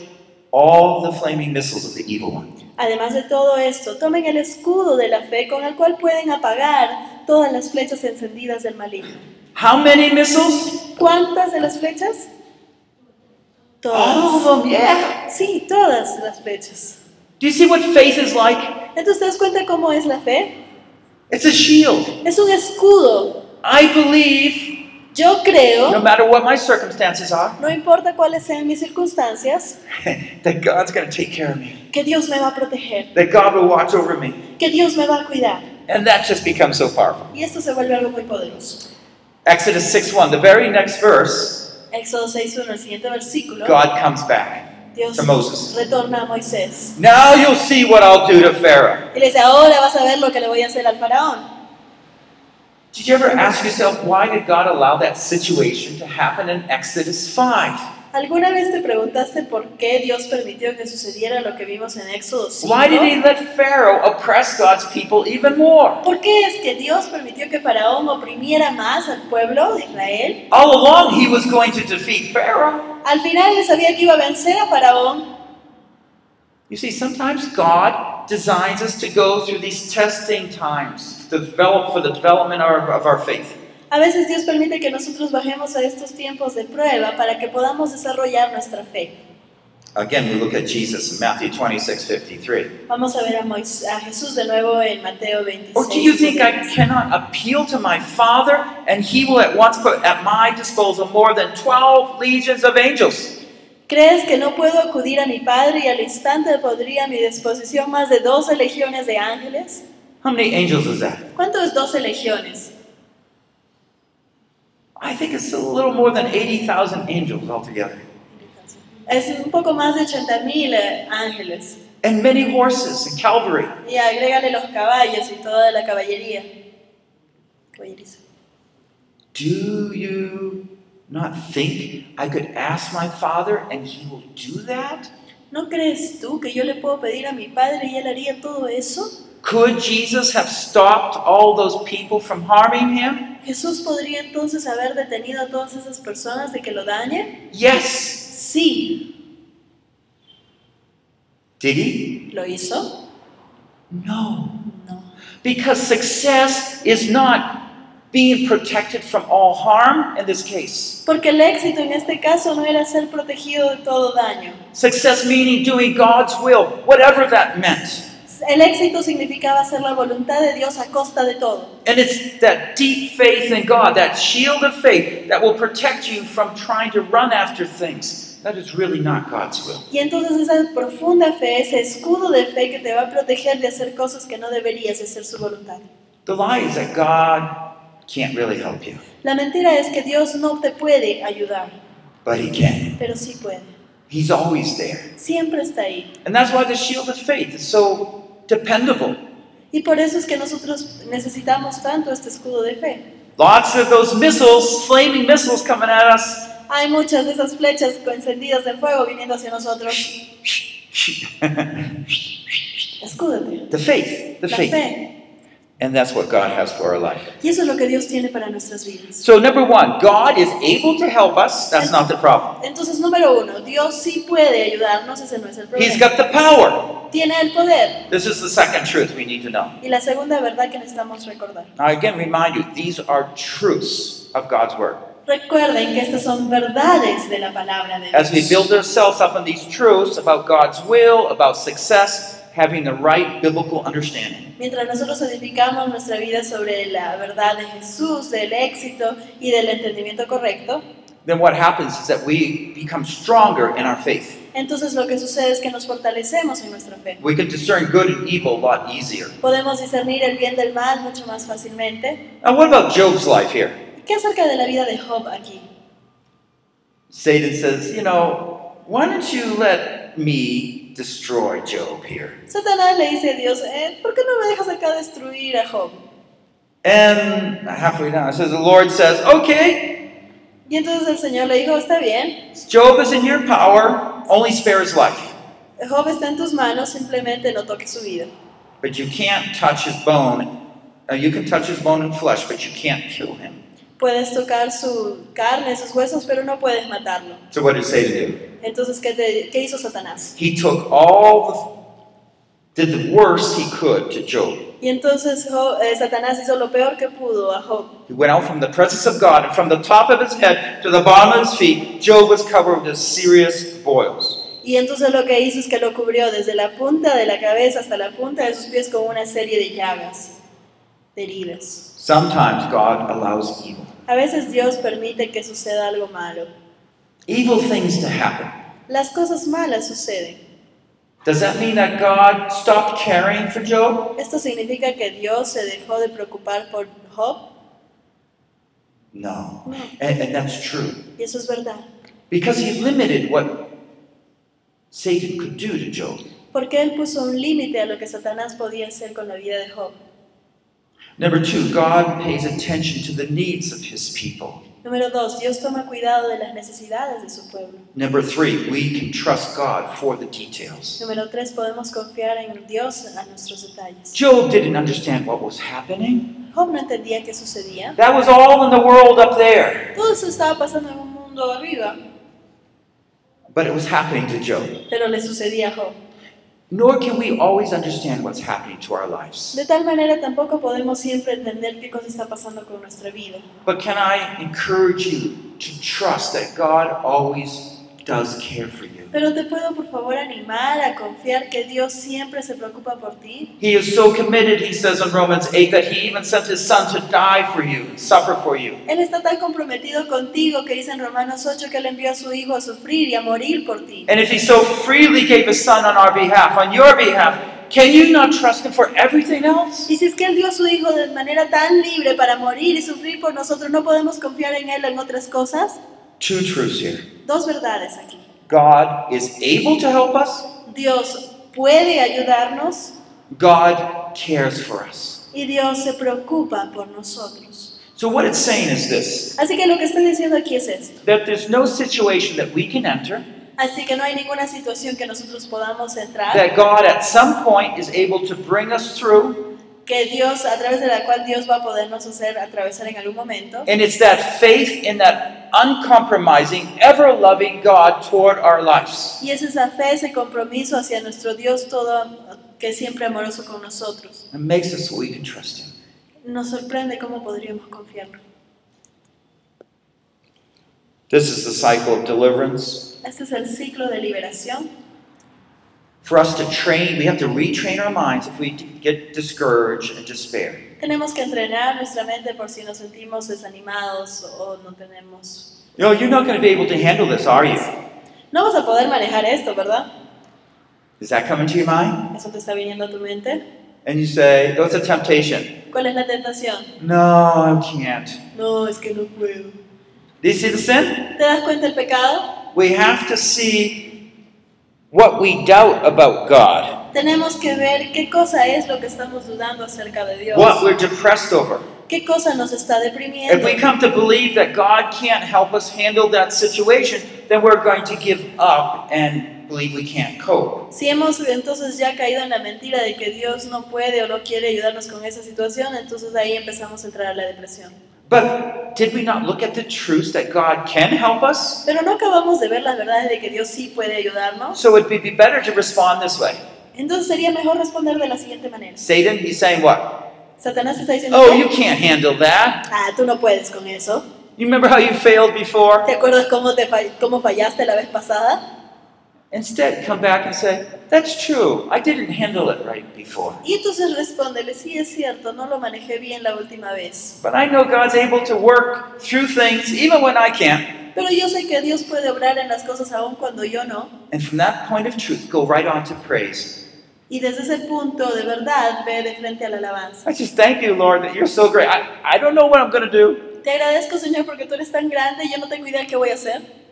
C: all the flaming missiles of the evil one.
D: Además de todo esto, tomen el escudo de la fe con el cual pueden apagar todas las flechas encendidas del maligno.
C: How many missiles?
D: ¿Cuántas de las flechas?
C: All Ah,
D: Todas.
C: of them, yeah.
D: Sí, todas las flechas.
C: Do you see what faith is like?
D: Entonces, ¿te das cuenta cómo es la fe?
C: It's a shield.
D: Es un escudo.
C: I believe,
D: Yo
C: no
D: creo,
C: matter what my circumstances are,
D: no importa cuáles sean mis circunstancias,
C: that God's going to take care of me,
D: que Dios me va a proteger,
C: that God will watch over me.
D: que Dios me va a cuidar.
C: And that just becomes so powerful.
D: Y esto se vuelve algo muy poderoso.
C: Exodus 6 1, the very next verse,
D: Éxodo 6.1, el siguiente versículo.
C: God comes back.
D: Dios
C: to Moses.
D: retorna a Moisés.
C: Now you'll see what I'll do to Pharaoh.
D: Y le dice, ahora vas a ver lo que le voy a hacer al faraón.
C: Did you ever ask yourself why did God allow that situation to happen in Exodus 5?
D: ¿Alguna vez te preguntaste por qué Dios permitió que sucediera lo que vimos en Éxodo 5?
C: Why did he let Pharaoh oppress God's people even more?
D: ¿Por qué es que Dios permitió que Faraón oprimiera más al pueblo de Israel?
C: All along he was going to defeat Pharaoh.
D: Al final él sabía que iba a vencer a Faraón.
C: You see, sometimes God designs us to go through these testing times to develop for the development of our, of our faith.
D: A veces Dios permite que nosotros bajemos a estos tiempos de prueba para que podamos desarrollar nuestra fe.
C: Again, we look at Jesus in Matthew 26, 53.
D: Vamos a ver a, Mois- a Jesús de nuevo en Mateo 26.
C: Or do you think I cannot appeal to my Father and he will at once put at my disposal more than 12 legions of angels?
D: ¿Crees que no puedo acudir a mi Padre y al instante pondría a mi disposición más de 12 legiones de ángeles?
C: How many angels is that?
D: ¿Cuánto es 12 legiones?
C: I think it's a little more than 80,000 angels altogether.
D: Es un poco más de 80.000 eh, ángeles.
C: And many horses and cavalry.
D: Y agrégale los caballos y toda la caballería. Caballeriza.
C: Do you not think I could ask my father and he will do that?
D: ¿No crees tú que yo le puedo pedir a mi padre y él haría todo eso?
C: Could Jesus have stopped all those people from harming him?
D: ¿Jesús podría entonces haber detenido a todas esas personas de que lo dañen?
C: Yes.
D: Sí,
C: Did he?
D: lo hizo.
C: No.
D: No.
C: Because success is not being protected from all harm in this case.
D: Porque el éxito en este caso no era ser protegido de todo daño.
C: Success meaning doing God's will, whatever that meant.
D: El éxito significaba hacer la voluntad de Dios a costa de todo.
C: And it's that deep faith in God, that shield of faith, that will protect you from trying to run after things. That is really not God's will.
D: Y entonces esa profunda fe, ese escudo de fe que te va a proteger de hacer cosas que no deberías de hacer su voluntad.
C: The lie is that God can't really help you,
D: La mentira es que Dios no te puede ayudar,
C: but He can.
D: pero sí puede.
C: He's always there.
D: Siempre está ahí.
C: And that's why the shield of faith is so dependable.
D: Y por eso es que nosotros necesitamos tanto este escudo de fe.
C: Lots of those missiles, flaming missiles coming at us.
D: Hay muchas de esas flechas encendidas de fuego viniendo hacia nosotros. Escúdate.
C: the faith, the
D: La
C: faith.
D: fe.
C: And that's what God has for our life.
D: Y eso es lo que Dios tiene para nuestras vidas.
C: So, number one, God is able to help us. That's not the problem.
D: Entonces, número uno, Dios sí puede ayudarnos, ese no es el
C: He's
D: problema.
C: got the power.
D: Tiene el poder.
C: This is the second truth we need to know.
D: Y la segunda verdad que necesitamos recordar.
C: Now, again, remind you, these are truths of God's Word.
D: Recuerden que estas son verdades de la palabra de
C: As we
D: Dios.
C: build ourselves up on these truths about God's will, about success, having the right biblical understanding.
D: Mientras nosotros edificamos nuestra vida sobre la verdad de Jesús, del éxito y del entendimiento correcto,
C: Then what happens is that we become stronger in our faith.
D: entonces lo que sucede es que nos fortalecemos en nuestra fe.
C: We can discern good and evil a lot easier.
D: Podemos discernir el bien del mal mucho más fácilmente.
C: Now, what about Job's life here?
D: ¿Qué acerca de la vida de Job aquí?
C: Satan says, You know, why don't you let me destroy Job here.
D: Satanás le dice a Dios, "Eh, ¿por qué no me dejas acá destruir a Job?
C: And halfway down, it says, The Lord says, Okay,
D: Y entonces el Señor le dijo, está bien,
C: Job is in your power, only spare his life.
D: Job está en tus manos, simplemente no toques su vida.
C: But you can't touch his bone. Uh, you can touch his bone and flesh, but you can't kill him.
D: Puedes tocar su carne, sus huesos, pero no puedes matarlo.
C: So what did Satan do?
D: Entonces, ¿qué, te- qué hizo Satanás?
C: He took all the, did the worst he could to Job.
D: Y entonces Jo- eh, Satanás hizo lo peor que pudo a Job.
C: He went out from the presence of God, and from the top of his head to the bottom of his feet, Job was covered with serious boils.
D: Y entonces lo que hizo es que lo cubrió desde la punta de la cabeza hasta la punta de sus pies con una serie de llagas, de heridas.
C: Sometimes God allows evil,
D: A veces Dios permite que suceda algo malo.
C: evil things to happen.
D: Las cosas malas suceden.
C: Does that mean that God stopped caring for Job?
D: ¿Esto significa que Dios se dejó de preocupar por Job?
C: No. And, and that's true.
D: Y eso es verdad.
C: Because he limited what Satan could do to Job.
D: Porque Él puso un límite a lo que Satanás podía hacer con la vida de Job.
C: Number two, God pays attention to the needs of his people.
D: Número dos, Dios toma cuidado de las necesidades de su pueblo.
C: Number three, we can trust God for the details.
D: Número tres, podemos confiar en Dios a nuestros detalles.
C: Job didn't understand what was happening.
D: Job no entendía qué sucedía.
C: That was all in the world up there.
D: Todo eso estaba pasando en un mundo arriba,
C: But it was happening to Job.
D: pero le sucedía a Job.
C: Nor can we always understand what's happening to our lives.
D: De tal manera tampoco podemos siempre entender qué cosa está pasando con nuestra vida.
C: But can I encourage you to trust that God always does care for you?
D: Pero te puedo por favor animar a confiar que Dios siempre se preocupa por ti.
C: He is so committed, he says in Romans 8, that he even sent his son to die for you, suffer for you.
D: Él está tan comprometido contigo que dice en Romanos 8 que Él envió a su Hijo a sufrir y a morir por ti.
C: And if he so freely gave his son on our behalf, on your behalf, can you not trust him for everything else?
D: Y si es que Él dio a su Hijo de manera tan libre para morir y sufrir por nosotros, ¿no podemos confiar en Él en otras cosas?
C: Two truths here
D: Dos verdades aquí.
C: God is able to help us,
D: Dios puede ayudarnos
C: God cares for us.
D: y Dios se preocupa por nosotros.
C: So, what it's saying is this
D: Así que lo que estoy diciendo aquí es esto.
C: that there's no situation that we can enter
D: Así que no hay ninguna situación que nosotros podamos entrar,
C: that God at some point is able to bring us through,
D: que Dios, a través de la cual Dios va a podernos hacer atravesar en algún momento.
C: and it's that faith in that uncompromising, ever loving God toward our lives.
D: Y es esa fe, ese compromiso hacia nuestro Dios todo que es siempre amoroso con nosotros.
C: and makes us so we can trust him.
D: Nos sorprende cómo podríamos confiar.
C: This is the cycle of deliverance.
D: Este es el ciclo de liberación.
C: For us to train, we have to retrain our minds if we get discouraged and despair.
D: Tenemos que entrenar nuestra mente por si nos sentimos desanimados o no tenemos
C: No, you're not going to be able to handle this, are you?
D: No vas a poder manejar esto, ¿verdad?
C: Is that coming to your mind?
D: Eso te está viniendo a tu mente.
C: And you say, that's a temptation.
D: ¿Cuál es la tentación?
C: No, I can't.
D: No, es que no puedo.
C: Do you see the sin?
D: ¿Te das cuenta el pecado?
C: We have to see what we doubt about God,
D: Tenemos que ver qué cosa es lo que estamos dudando acerca de Dios.
C: what we're depressed over.
D: ¿Qué cosa nos está
C: If
D: deprimiendo?
C: we come to believe that God can't help us handle that situation, then we're going to give up and believe we can't cope.
D: Si hemos entonces ya caído en la mentira de que Dios no puede o no quiere ayudarnos con esa situación, entonces ahí empezamos a entrar a la depresión.
C: But did we not look at the truth that God can help us?
D: Pero no acabamos de ver las verdades de que Dios sí puede ayudarnos.
C: So it'd be better to respond this way.
D: Entonces sería mejor responder de la siguiente manera.
C: Satan, he's saying what?
D: Satanás te está diciendo,
C: Oh,
D: "Ven,
C: you can't handle that.
D: Ah, tú no puedes con eso.
C: You remember how you failed before?
D: ¿Te acuerdas cómo, te fall- cómo fallaste la vez pasada?
C: Instead, come back and say, That's true. I didn't handle it right before.
D: Y entonces respóndele, sí es cierto, no lo manejé bien la última vez.
C: But I know God's able to work through things even when I can't.
D: Pero yo sé que Dios puede obrar en las cosas aún cuando yo no.
C: And from that point of truth, go right on to praise.
D: Y desde ese punto, de verdad, ve de frente a la alabanza.
C: I just thank you, Lord, that you're so great. I, I don't know what I'm going to do,
D: Te agradezco, Señor, porque tú eres tan grande y yo no tengo idea qué voy a hacer.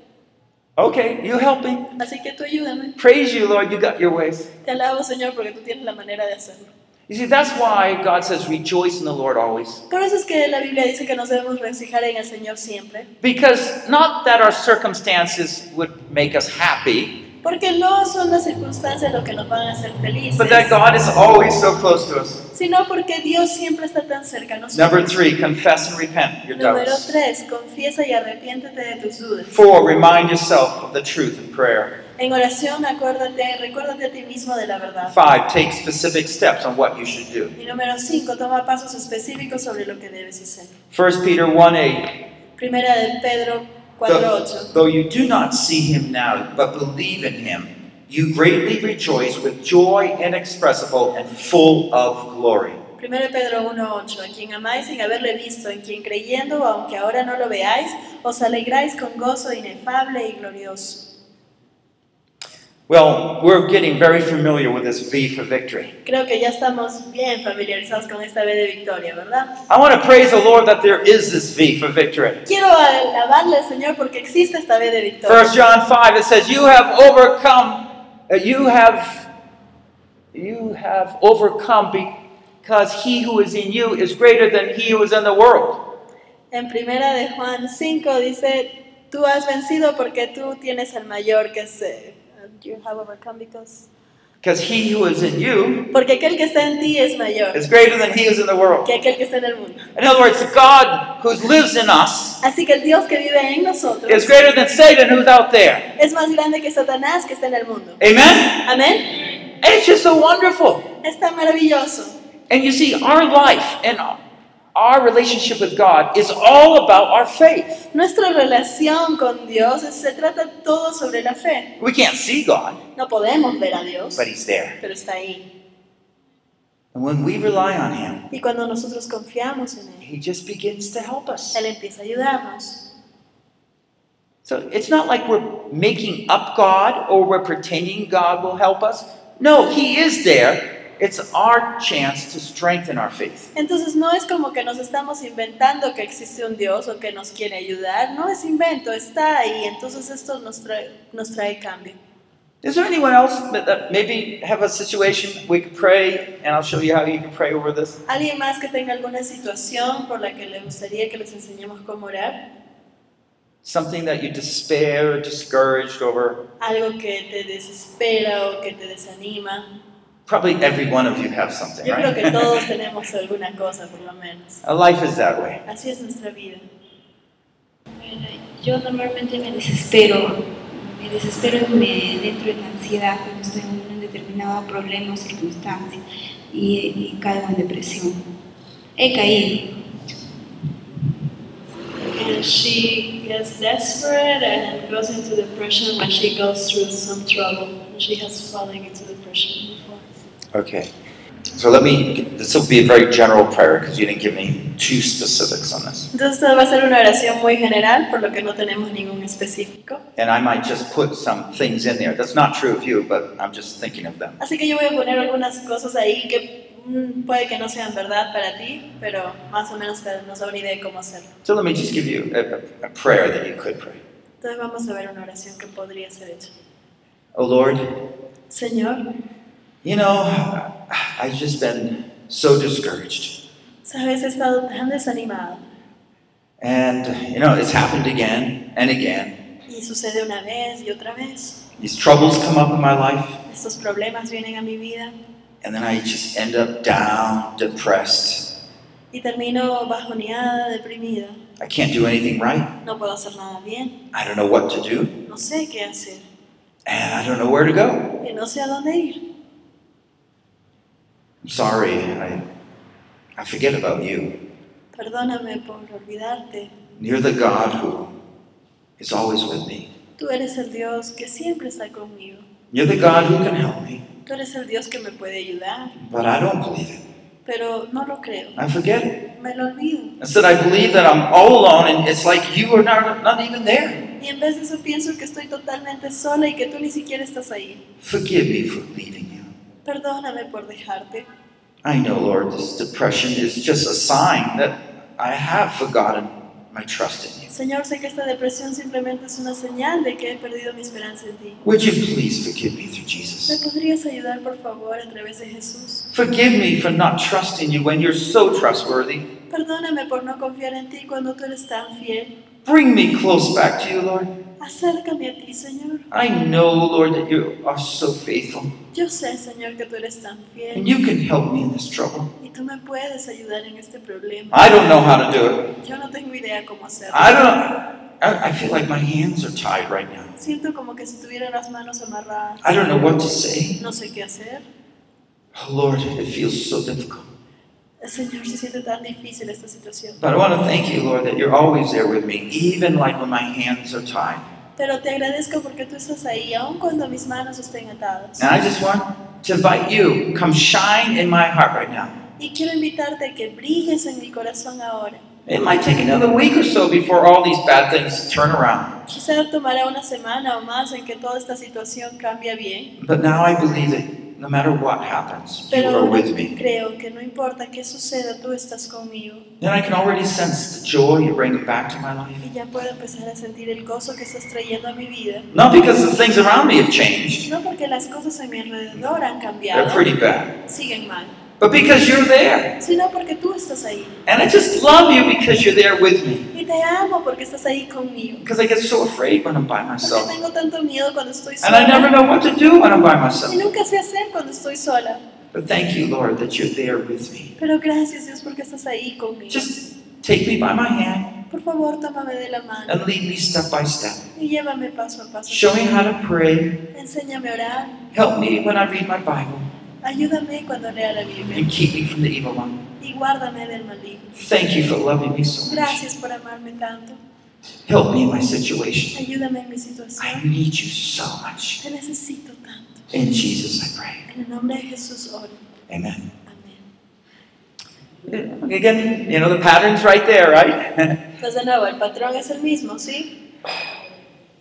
C: Okay, you help me.
D: Así que tú ayúdame.
C: Praise you, Lord, you got your ways.
D: Te alabo, Señor, porque tú tienes la manera de hacerlo.
C: You see, that's why God says, rejoice in the Lord always.
D: Por eso es que la Biblia dice que nos debemos regocijar en el Señor siempre.
C: Because not that our circumstances would make us happy,
D: Porque no son las circunstancias lo que nos van a hacer felices,
C: but that God is always so close to us.
D: sino porque Dios siempre está tan cerca a nosotros.
C: Number three, confess and repent your
D: Número
C: doubts.
D: 3. Confiesa y arrepiéntete de tus dudas.
C: Four, remind yourself of the truth in prayer.
D: En oración, acuérdate, recuérdate a ti mismo de la verdad.
C: Five, take specific steps on what you should do.
D: Y número 5. Toma pasos específicos sobre lo que debes hacer.
C: 1 Peter 1 8.
D: Primera de Pedro 4.8.
C: Though, though you do not see him now, but believe in him, you greatly rejoice with joy inexpressible and full of glory.
D: Primero de Pedro 1.8. A quien amáis sin haberle visto, en quien creyendo, aunque ahora no lo veáis, os alegráis con gozo inefable y glorioso.
C: Well, we're getting very familiar with this V for victory.
D: Creo que ya estamos bien familiarizados con esta vez de victoria, ¿verdad?
C: I want to praise the Lord that there is this V for victory.
D: Quiero alabarle al Señor porque existe esta vez de victoria.
C: 1 John 5 it says you have overcome uh, you have you have overcome because he who is in you is greater than he who is in the world.
D: En primera de Juan 5 dice, tú has vencido porque tú tienes al mayor que es... eh, you have overcome because-"
C: Because he who is in you
D: Porque aquel que está en ti es mayor
C: is greater than he who is in the world.
D: que aquel que está en el mundo.
C: In other words, God who lives in us
D: Así que el Dios que vive en nosotros
C: is greater than Satan who's out there.
D: es más grande que Satanás que está en el mundo.
C: Amen?
D: Amén.
C: It's just so wonderful.
D: Es tan maravilloso.
C: And you see, our life and our relationship with God is all about our faith.
D: Nuestra relación con Dios es- se trata todo sobre la fe.
C: We can't see God,
D: No podemos ver a Dios,
C: but he's there.
D: pero está ahí.
C: And when we rely on him,
D: Y cuando nosotros confiamos en Él,
C: He just begins to help us.
D: Él empieza a ayudarnos.
C: So it's not like we're making up God or we're pretending God will help us. No, He is there. It's our chance to strengthen our faith.
D: Entonces no es como que nos estamos inventando que existe un Dios o que nos quiere ayudar. No es invento, está ahí. Entonces esto nos trae, nos trae cambio.
C: Is there anyone else that, that maybe have a situation we could pray, and I'll show you how you can pray over this?
D: ¿Alguien más que tenga alguna situación por la que le gustaría que les enseñemos cómo orar?
C: Something that you despair or discouraged over.
D: Algo que te desespera o que te desanima.
C: Probably every one of you have something,
D: Yo creo que
C: right?
D: todos tenemos alguna cosa, por lo menos.
C: Life is that way.
D: Así es nuestra vida.
E: Bueno, Yo normalmente me desespero, me desespero y me entro en ansiedad cuando estoy en un determinado problema o circunstancia y, y caigo en depresión. He caído.
F: And she gets desperate and goes into depression when she goes through some trouble. She has fallen into depression before.
C: Okay. So let me, this will be a very general prayer because you didn't give me too specifics on this.
D: Entonces esta va a ser una oración muy general, por lo que no tenemos ningún específico.
C: And I might just put some things in there. That's not true of you, but I'm just thinking of them.
D: Así que yo voy a poner algunas cosas ahí que mm, puede que no sean verdad para ti, pero más o menos te- nos da una idea de cómo hacerlo.
C: So let me just give you a, a- a prayer that you could pray.
D: Entonces vamos a ver una oración que podría ser hecha.
C: Oh Lord,
D: Señor,
C: you know, I've just been so discouraged.
D: sabes, he estado tan desanimado
C: And, you know, it's happened again and again.
D: y sucede una vez y otra vez.
C: These troubles come up in my life,
D: Estos problemas vienen a mi vida
C: and then I just end up down, depressed.
D: y termino bajoneada, deprimida.
C: I can't do anything right.
D: No puedo hacer nada bien,
C: I don't know what to do,
D: no sé qué hacer
C: and I don't know where to go.
D: y no sé a dónde ir.
C: I'm sorry, I, I forget about you.
D: Perdóname por olvidarte.
C: You're the God who is always with me.
D: Tú eres el Dios que siempre está conmigo.
C: You're the God who can help me,
D: Tú eres el Dios que me puede ayudar,
C: but I don't believe it.
D: pero no lo creo.
C: I forget it.
D: Me lo olvido.
C: Instead, I believe that I'm all alone, and it's like you are not, not even there.
D: Y en vez de eso pienso que estoy totalmente sola y que tú ni siquiera estás ahí.
C: Forgive me for leaving you.
D: Perdóname por dejarte.
C: I know, Lord, this depression is just a sign that I have forgotten my trust in you.
D: Señor, sé que esta depresión simplemente es una señal de que he perdido mi esperanza en ti.
C: Would you please forgive me through
D: ¿Me
C: Jesus?
D: podrías ayudar, por favor, a través de Jesús?
C: Forgive me for not trusting you when you're so trustworthy.
D: Perdóname por no confiar en ti cuando tú eres tan fiel.
C: Bring me close back to you, Lord.
D: Acércame a ti, Señor.
C: I know, Lord, that you are so faithful,
D: Yo sé, Señor, que tú eres tan
C: and
D: fiel
C: you can help me in this trouble.
D: y tú me puedes ayudar en este problema.
C: I don't know how to do it.
D: Yo no tengo idea cómo hacerlo.
C: I don't. I, I feel like my hands are tied right now.
D: Siento como que si tuviera las manos amarradas.
C: I don't know what to say.
D: No sé qué hacer.
C: Oh, Lord, it feels so difficult.
D: Señor, se siente tan difícil esta situación.
C: But I want to thank you, Lord, that you're always there with me, even like when my hands are tied.
D: Pero te agradezco porque tú estás ahí, aun cuando mis manos estén atadas.
C: And I just want to invite you, come shine in my heart right now.
D: Y quiero invitarte a que brilles en mi corazón ahora.
C: It might take another week or so before all these bad things turn around.
D: Quizá tomará una semana o más en que toda esta situación cambie bien,
C: But now I believe that no matter what happens, you
D: pero
C: are
D: ahora
C: with me.
D: creo que no importa qué suceda, tú estás conmigo.
C: Then I can already sense the joy you're bringing back to my life.
D: Y ya puedo empezar a sentir el gozo que estás trayendo a mi vida.
C: Not because the things around me have changed,
D: No porque las cosas a mi alrededor han
C: they're
D: cambiado,
C: pretty bad,
D: siguen mal,
C: but because you're there.
D: sino porque tú estás ahí.
C: And I just love you because you're there with me.
D: Y te amo porque estás ahí conmigo.
C: Because I get so afraid when I'm by
D: Porque
C: myself.
D: tengo tanto miedo cuando estoy
C: And I never
D: sola.
C: know what to do when I'm by
D: Y
C: myself.
D: nunca sé hacer cuando estoy sola.
C: But thank you, Lord, that you're there with me.
D: Pero gracias Dios porque estás ahí conmigo.
C: Just take me by my hand
D: Por favor, tómame de la mano
C: and lead me step by step.
D: y llévame paso a paso.
C: Show me how to pray.
D: Enséñame a orar.
C: Help me when I read my Bible.
D: Ayúdame cuando lea la Biblia
C: And keep me from the evil one.
D: y guárdame del maligno.
C: Thank you for loving me so much.
D: Gracias por amarme tanto.
C: Help me in my situation.
D: Ayúdame en mi
C: I
D: situación.
C: need you so much.
D: Te necesito tanto.
C: In Jesus I pray.
D: En el nombre de Jesús oro.
C: Amen.
D: Amén.
C: Again, you know the pattern's right there, right?
D: Pues de nuevo, el patrón es el mismo, ¿sí?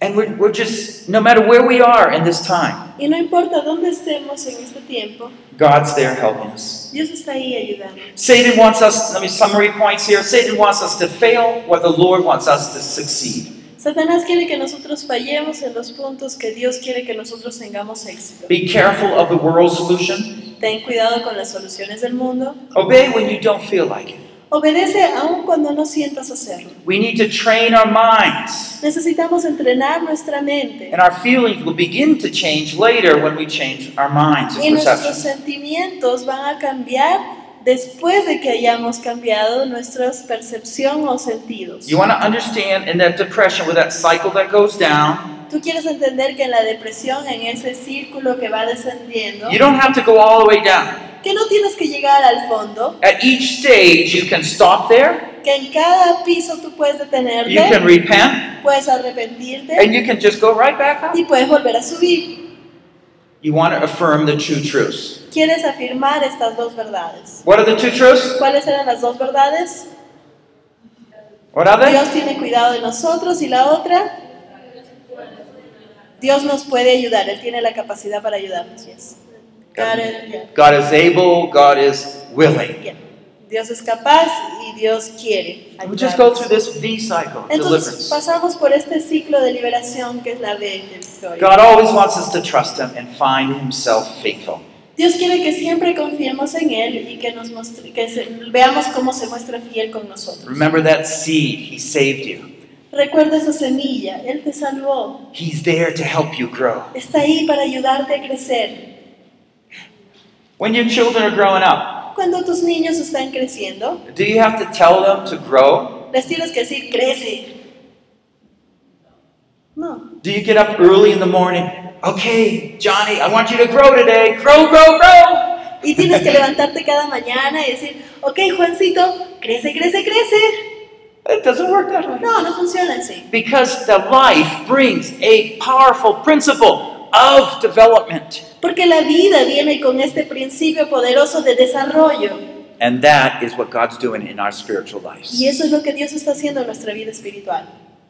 C: and we're, we're just, no matter where we are in this time,
D: Y no importa dónde estemos en este tiempo,
C: God's there helping us.
D: Dios está ahí ayudando.
C: Satan wants us, let me summary points here. Satan wants us to fail where the Lord wants us to succeed.
D: Satanás quiere que nosotros fallemos en los puntos que Dios quiere que nosotros tengamos éxito.
C: Be careful of the world's solution.
D: Ten cuidado con las soluciones del mundo.
C: Obey when you don't feel like it.
D: Obedece aun cuando no sientas hacerlo.
C: We need to train our minds,
D: Necesitamos entrenar nuestra mente
C: and our feelings will begin to change later when we change our minds
D: y
C: and
D: nuestros
C: perceptions.
D: sentimientos van a cambiar después de que hayamos cambiado nuestra percepción o sentidos.
C: You want to understand in that depression with that cycle that goes down,
D: Tú quieres entender que en la depresión, en ese círculo que va descendiendo,
C: you don't have to go all the way down.
D: que no tienes que llegar al fondo,
C: At each stage, you can stop there,
D: que en cada piso tú puedes
C: you can
D: detenerte,
C: repent,
D: puedes arrepentirte
C: and you can just go right back up.
D: y puedes volver a subir.
C: You want to affirm the two truths.
D: Quieres afirmar estas dos verdades.
C: What are the two truths?
D: ¿Cuáles eran las dos verdades?
C: What are they?
D: Dios tiene cuidado de nosotros y la otra, Dios nos puede ayudar, Él tiene la capacidad para ayudarnos. yes. Karen, yeah,
C: God is able, God is willing.
D: yeah. Dios es capaz y Dios quiere.
C: We just go
D: ayudarnos.
C: through this V cycle, deliverance.
D: Entonces pasamos por este ciclo de liberación que es la B de victoria.
C: God always wants us to trust Him and find Himself faithful.
D: Dios quiere que siempre confiemos en Él y que, nos mostre- que se- veamos cómo se muestra fiel con nosotros.
C: Remember that seed, He saved you.
D: Recuerda esa semilla, Él te salvó,
C: He's there to help you grow.
D: está ahí para ayudarte a crecer.
C: When your children are growing up,
D: Cuando tus niños están creciendo,
C: do you have to tell them to grow?
D: Les tienes que decir, crece. No.
C: Do you get up early in the morning? Okay, Johnny, I want you to grow today. Grow, grow, grow.
D: Y tienes que levantarte cada mañana y decir, ok, Juancito, crece, crece, crece.
C: It doesn't work that way.
D: No, no funciona así.
C: Because the life brings a powerful principle of development.
D: Porque la vida viene con este principio poderoso de desarrollo.
C: And that is what God's doing in our spiritual
D: Y
C: lives.
D: eso es lo que Dios está haciendo en nuestra vida espiritual.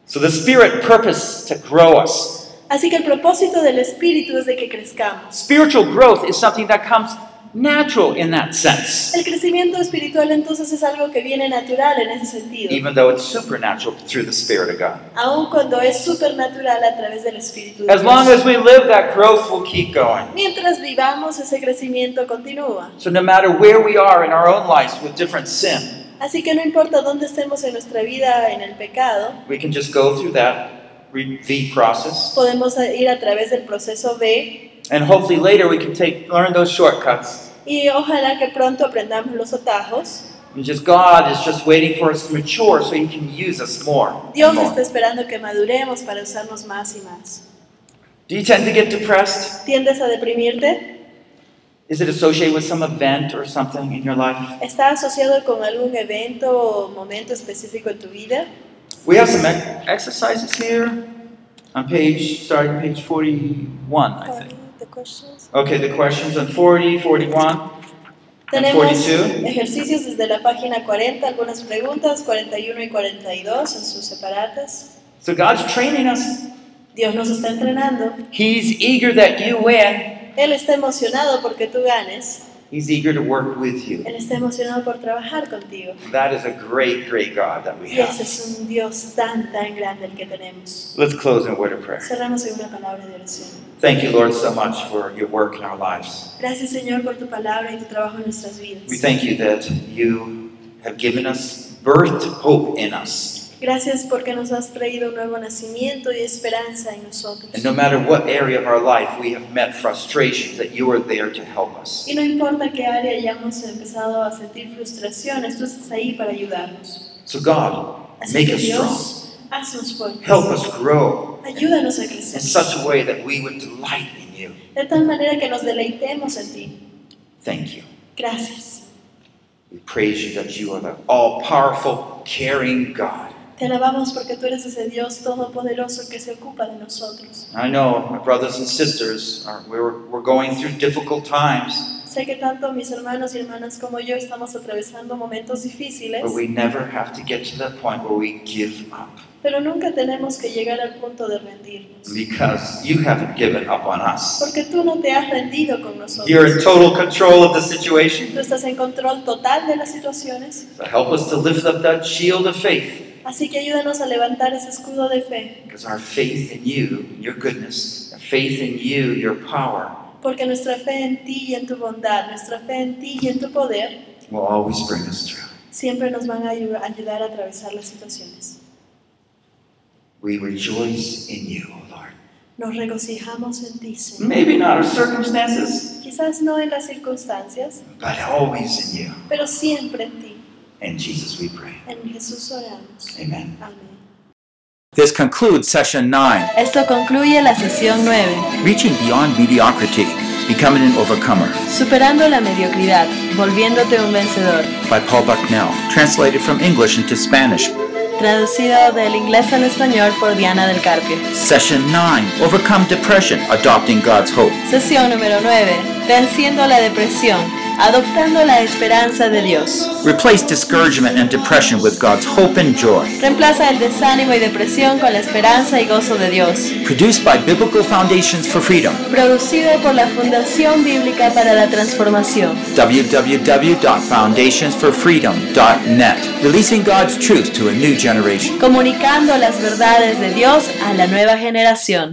C: So the Spirit purpose to grow us.
D: Así que el propósito del Espíritu es de que crezcamos.
C: Spiritual growth is something that comes natural in that sense,
D: El crecimiento espiritual entonces es algo que viene natural en ese sentido,
C: even though it's supernatural through the Spirit of God.
D: aun cuando es supernatural a través del Espíritu de
C: As long as
D: Dios.
C: we live, that growth will keep going.
D: Mientras vivamos, ese crecimiento continúa.
C: So, no matter where we are in our own lives with different sin,
D: Así que no importa dónde estemos en nuestra vida en el pecado,
C: we can just go through that re- V process,
D: podemos ir a través del proceso B
C: and hopefully later we can take learn those shortcuts.
D: y ojalá que pronto aprendamos los atajos.
C: And just God is just waiting for us to mature so He can use us more.
D: Dios
C: and more.
D: está esperando que maduremos para usarnos más y más.
C: Do you tend to get depressed?
D: ¿Tiendes a deprimirte?
C: Is it associated with some event or something in your life?
D: ¿Está asociado con algún evento o momento específico en tu vida?
C: We have some ex- exercises here on page, starting page 41, I think. Okay, the questions on 40, 41. And
D: Tenemos
C: 42.
D: ejercicios desde la página 40, algunas preguntas, 41 y 42 en sus separatas.
C: So God's training us.
D: Dios nos está entrenando.
C: He's eager that you win.
D: Él está emocionado porque tú ganes.
C: He's eager to work with you.
D: Él está emocionado por trabajar contigo.
C: That is a great, great God that we
D: Y ese
C: have.
D: es un Dios tan, tan grande el que tenemos.
C: Let's close in a word of prayer.
D: Cerramos en una palabra de oración.
C: Thank you, Lord, so much for your work in our lives.
D: Gracias Señor por tu palabra y tu trabajo en nuestras vidas.
C: We thank you that you have given us birthed hope in us.
D: Gracias porque nos has traído un nuevo nacimiento y esperanza en nosotros.
C: And no matter what area of our life we have met frustrations, that you are there to help us.
D: Y no importa qué área hayamos empezado a sentir frustraciones, tú estás ahí para ayudarnos.
C: So God,
D: Así
C: make
D: que
C: us strong.
D: Dios, haznos fuertes.
C: Help us grow
D: Ayúdanos a
C: in
D: crecer
C: such a way that we would delight in you.
D: de tal manera que nos deleitemos en ti.
C: Thank you.
D: Gracias.
C: We praise you that you are the all powerful, caring God.
D: Te alabamos porque tú eres ese Dios todopoderoso que se ocupa de nosotros.
C: I know my brothers and sisters, are, we're, we're going through difficult times,
D: Sé que tanto mis hermanos y hermanas como yo estamos atravesando momentos difíciles,
C: but we never have to get to that point where we give up
D: pero nunca tenemos que llegar al punto de rendirnos,
C: because you haven't given up on us.
D: porque tú no te has rendido con
C: You're in
D: nosotros.
C: total control of the situation.
D: Tú estás en control total de las situaciones,
C: So help us to lift up that shield of faith
D: así que ayúdanos a levantar ese escudo de fe,
C: because our faith in you, your goodness, our faith in you, your power,
D: porque nuestra fe en ti y en tu bondad, nuestra fe en ti y en tu poder,
C: will always bring us through.
D: siempre nos van a ayu- ayudar a atravesar las situaciones.
C: We rejoice in you, O Lord.
D: Nos regocijamos en ti, Señor.
C: Maybe not our circumstances,
D: Quizás no en las circunstancias,
C: but always in you.
D: pero siempre en ti.
C: In Jesus we pray.
D: En Jesús oramos.
C: Amen.
D: Amén.
A: This concludes session 9
B: Esto concluye la sesión 9,
A: Reaching Beyond Mediocrity, Becoming an Overcomer
B: Superando la Mediocridad, Volviéndote un Vencedor,
A: by Paul Bucknell, translated from English into Spanish.
B: traducido del inglés al español por Diana del Carpio.
A: Session 9 Overcome Depression, Adopting God's Hope
B: Sesión número 9, Venciendo la Depresión, Adoptando la Esperanza de Dios.
A: Replace discouragement and depression with God's hope and joy.
B: Reemplaza el desánimo y depresión con la esperanza y gozo de Dios.
A: Produced by Biblical Foundations for Freedom,
B: Producido por la Fundación Bíblica para la Transformación.
A: www.foundationsforfreedom.net. Releasing God's truth to a new generation.
B: Comunicando las verdades de Dios a la nueva generación.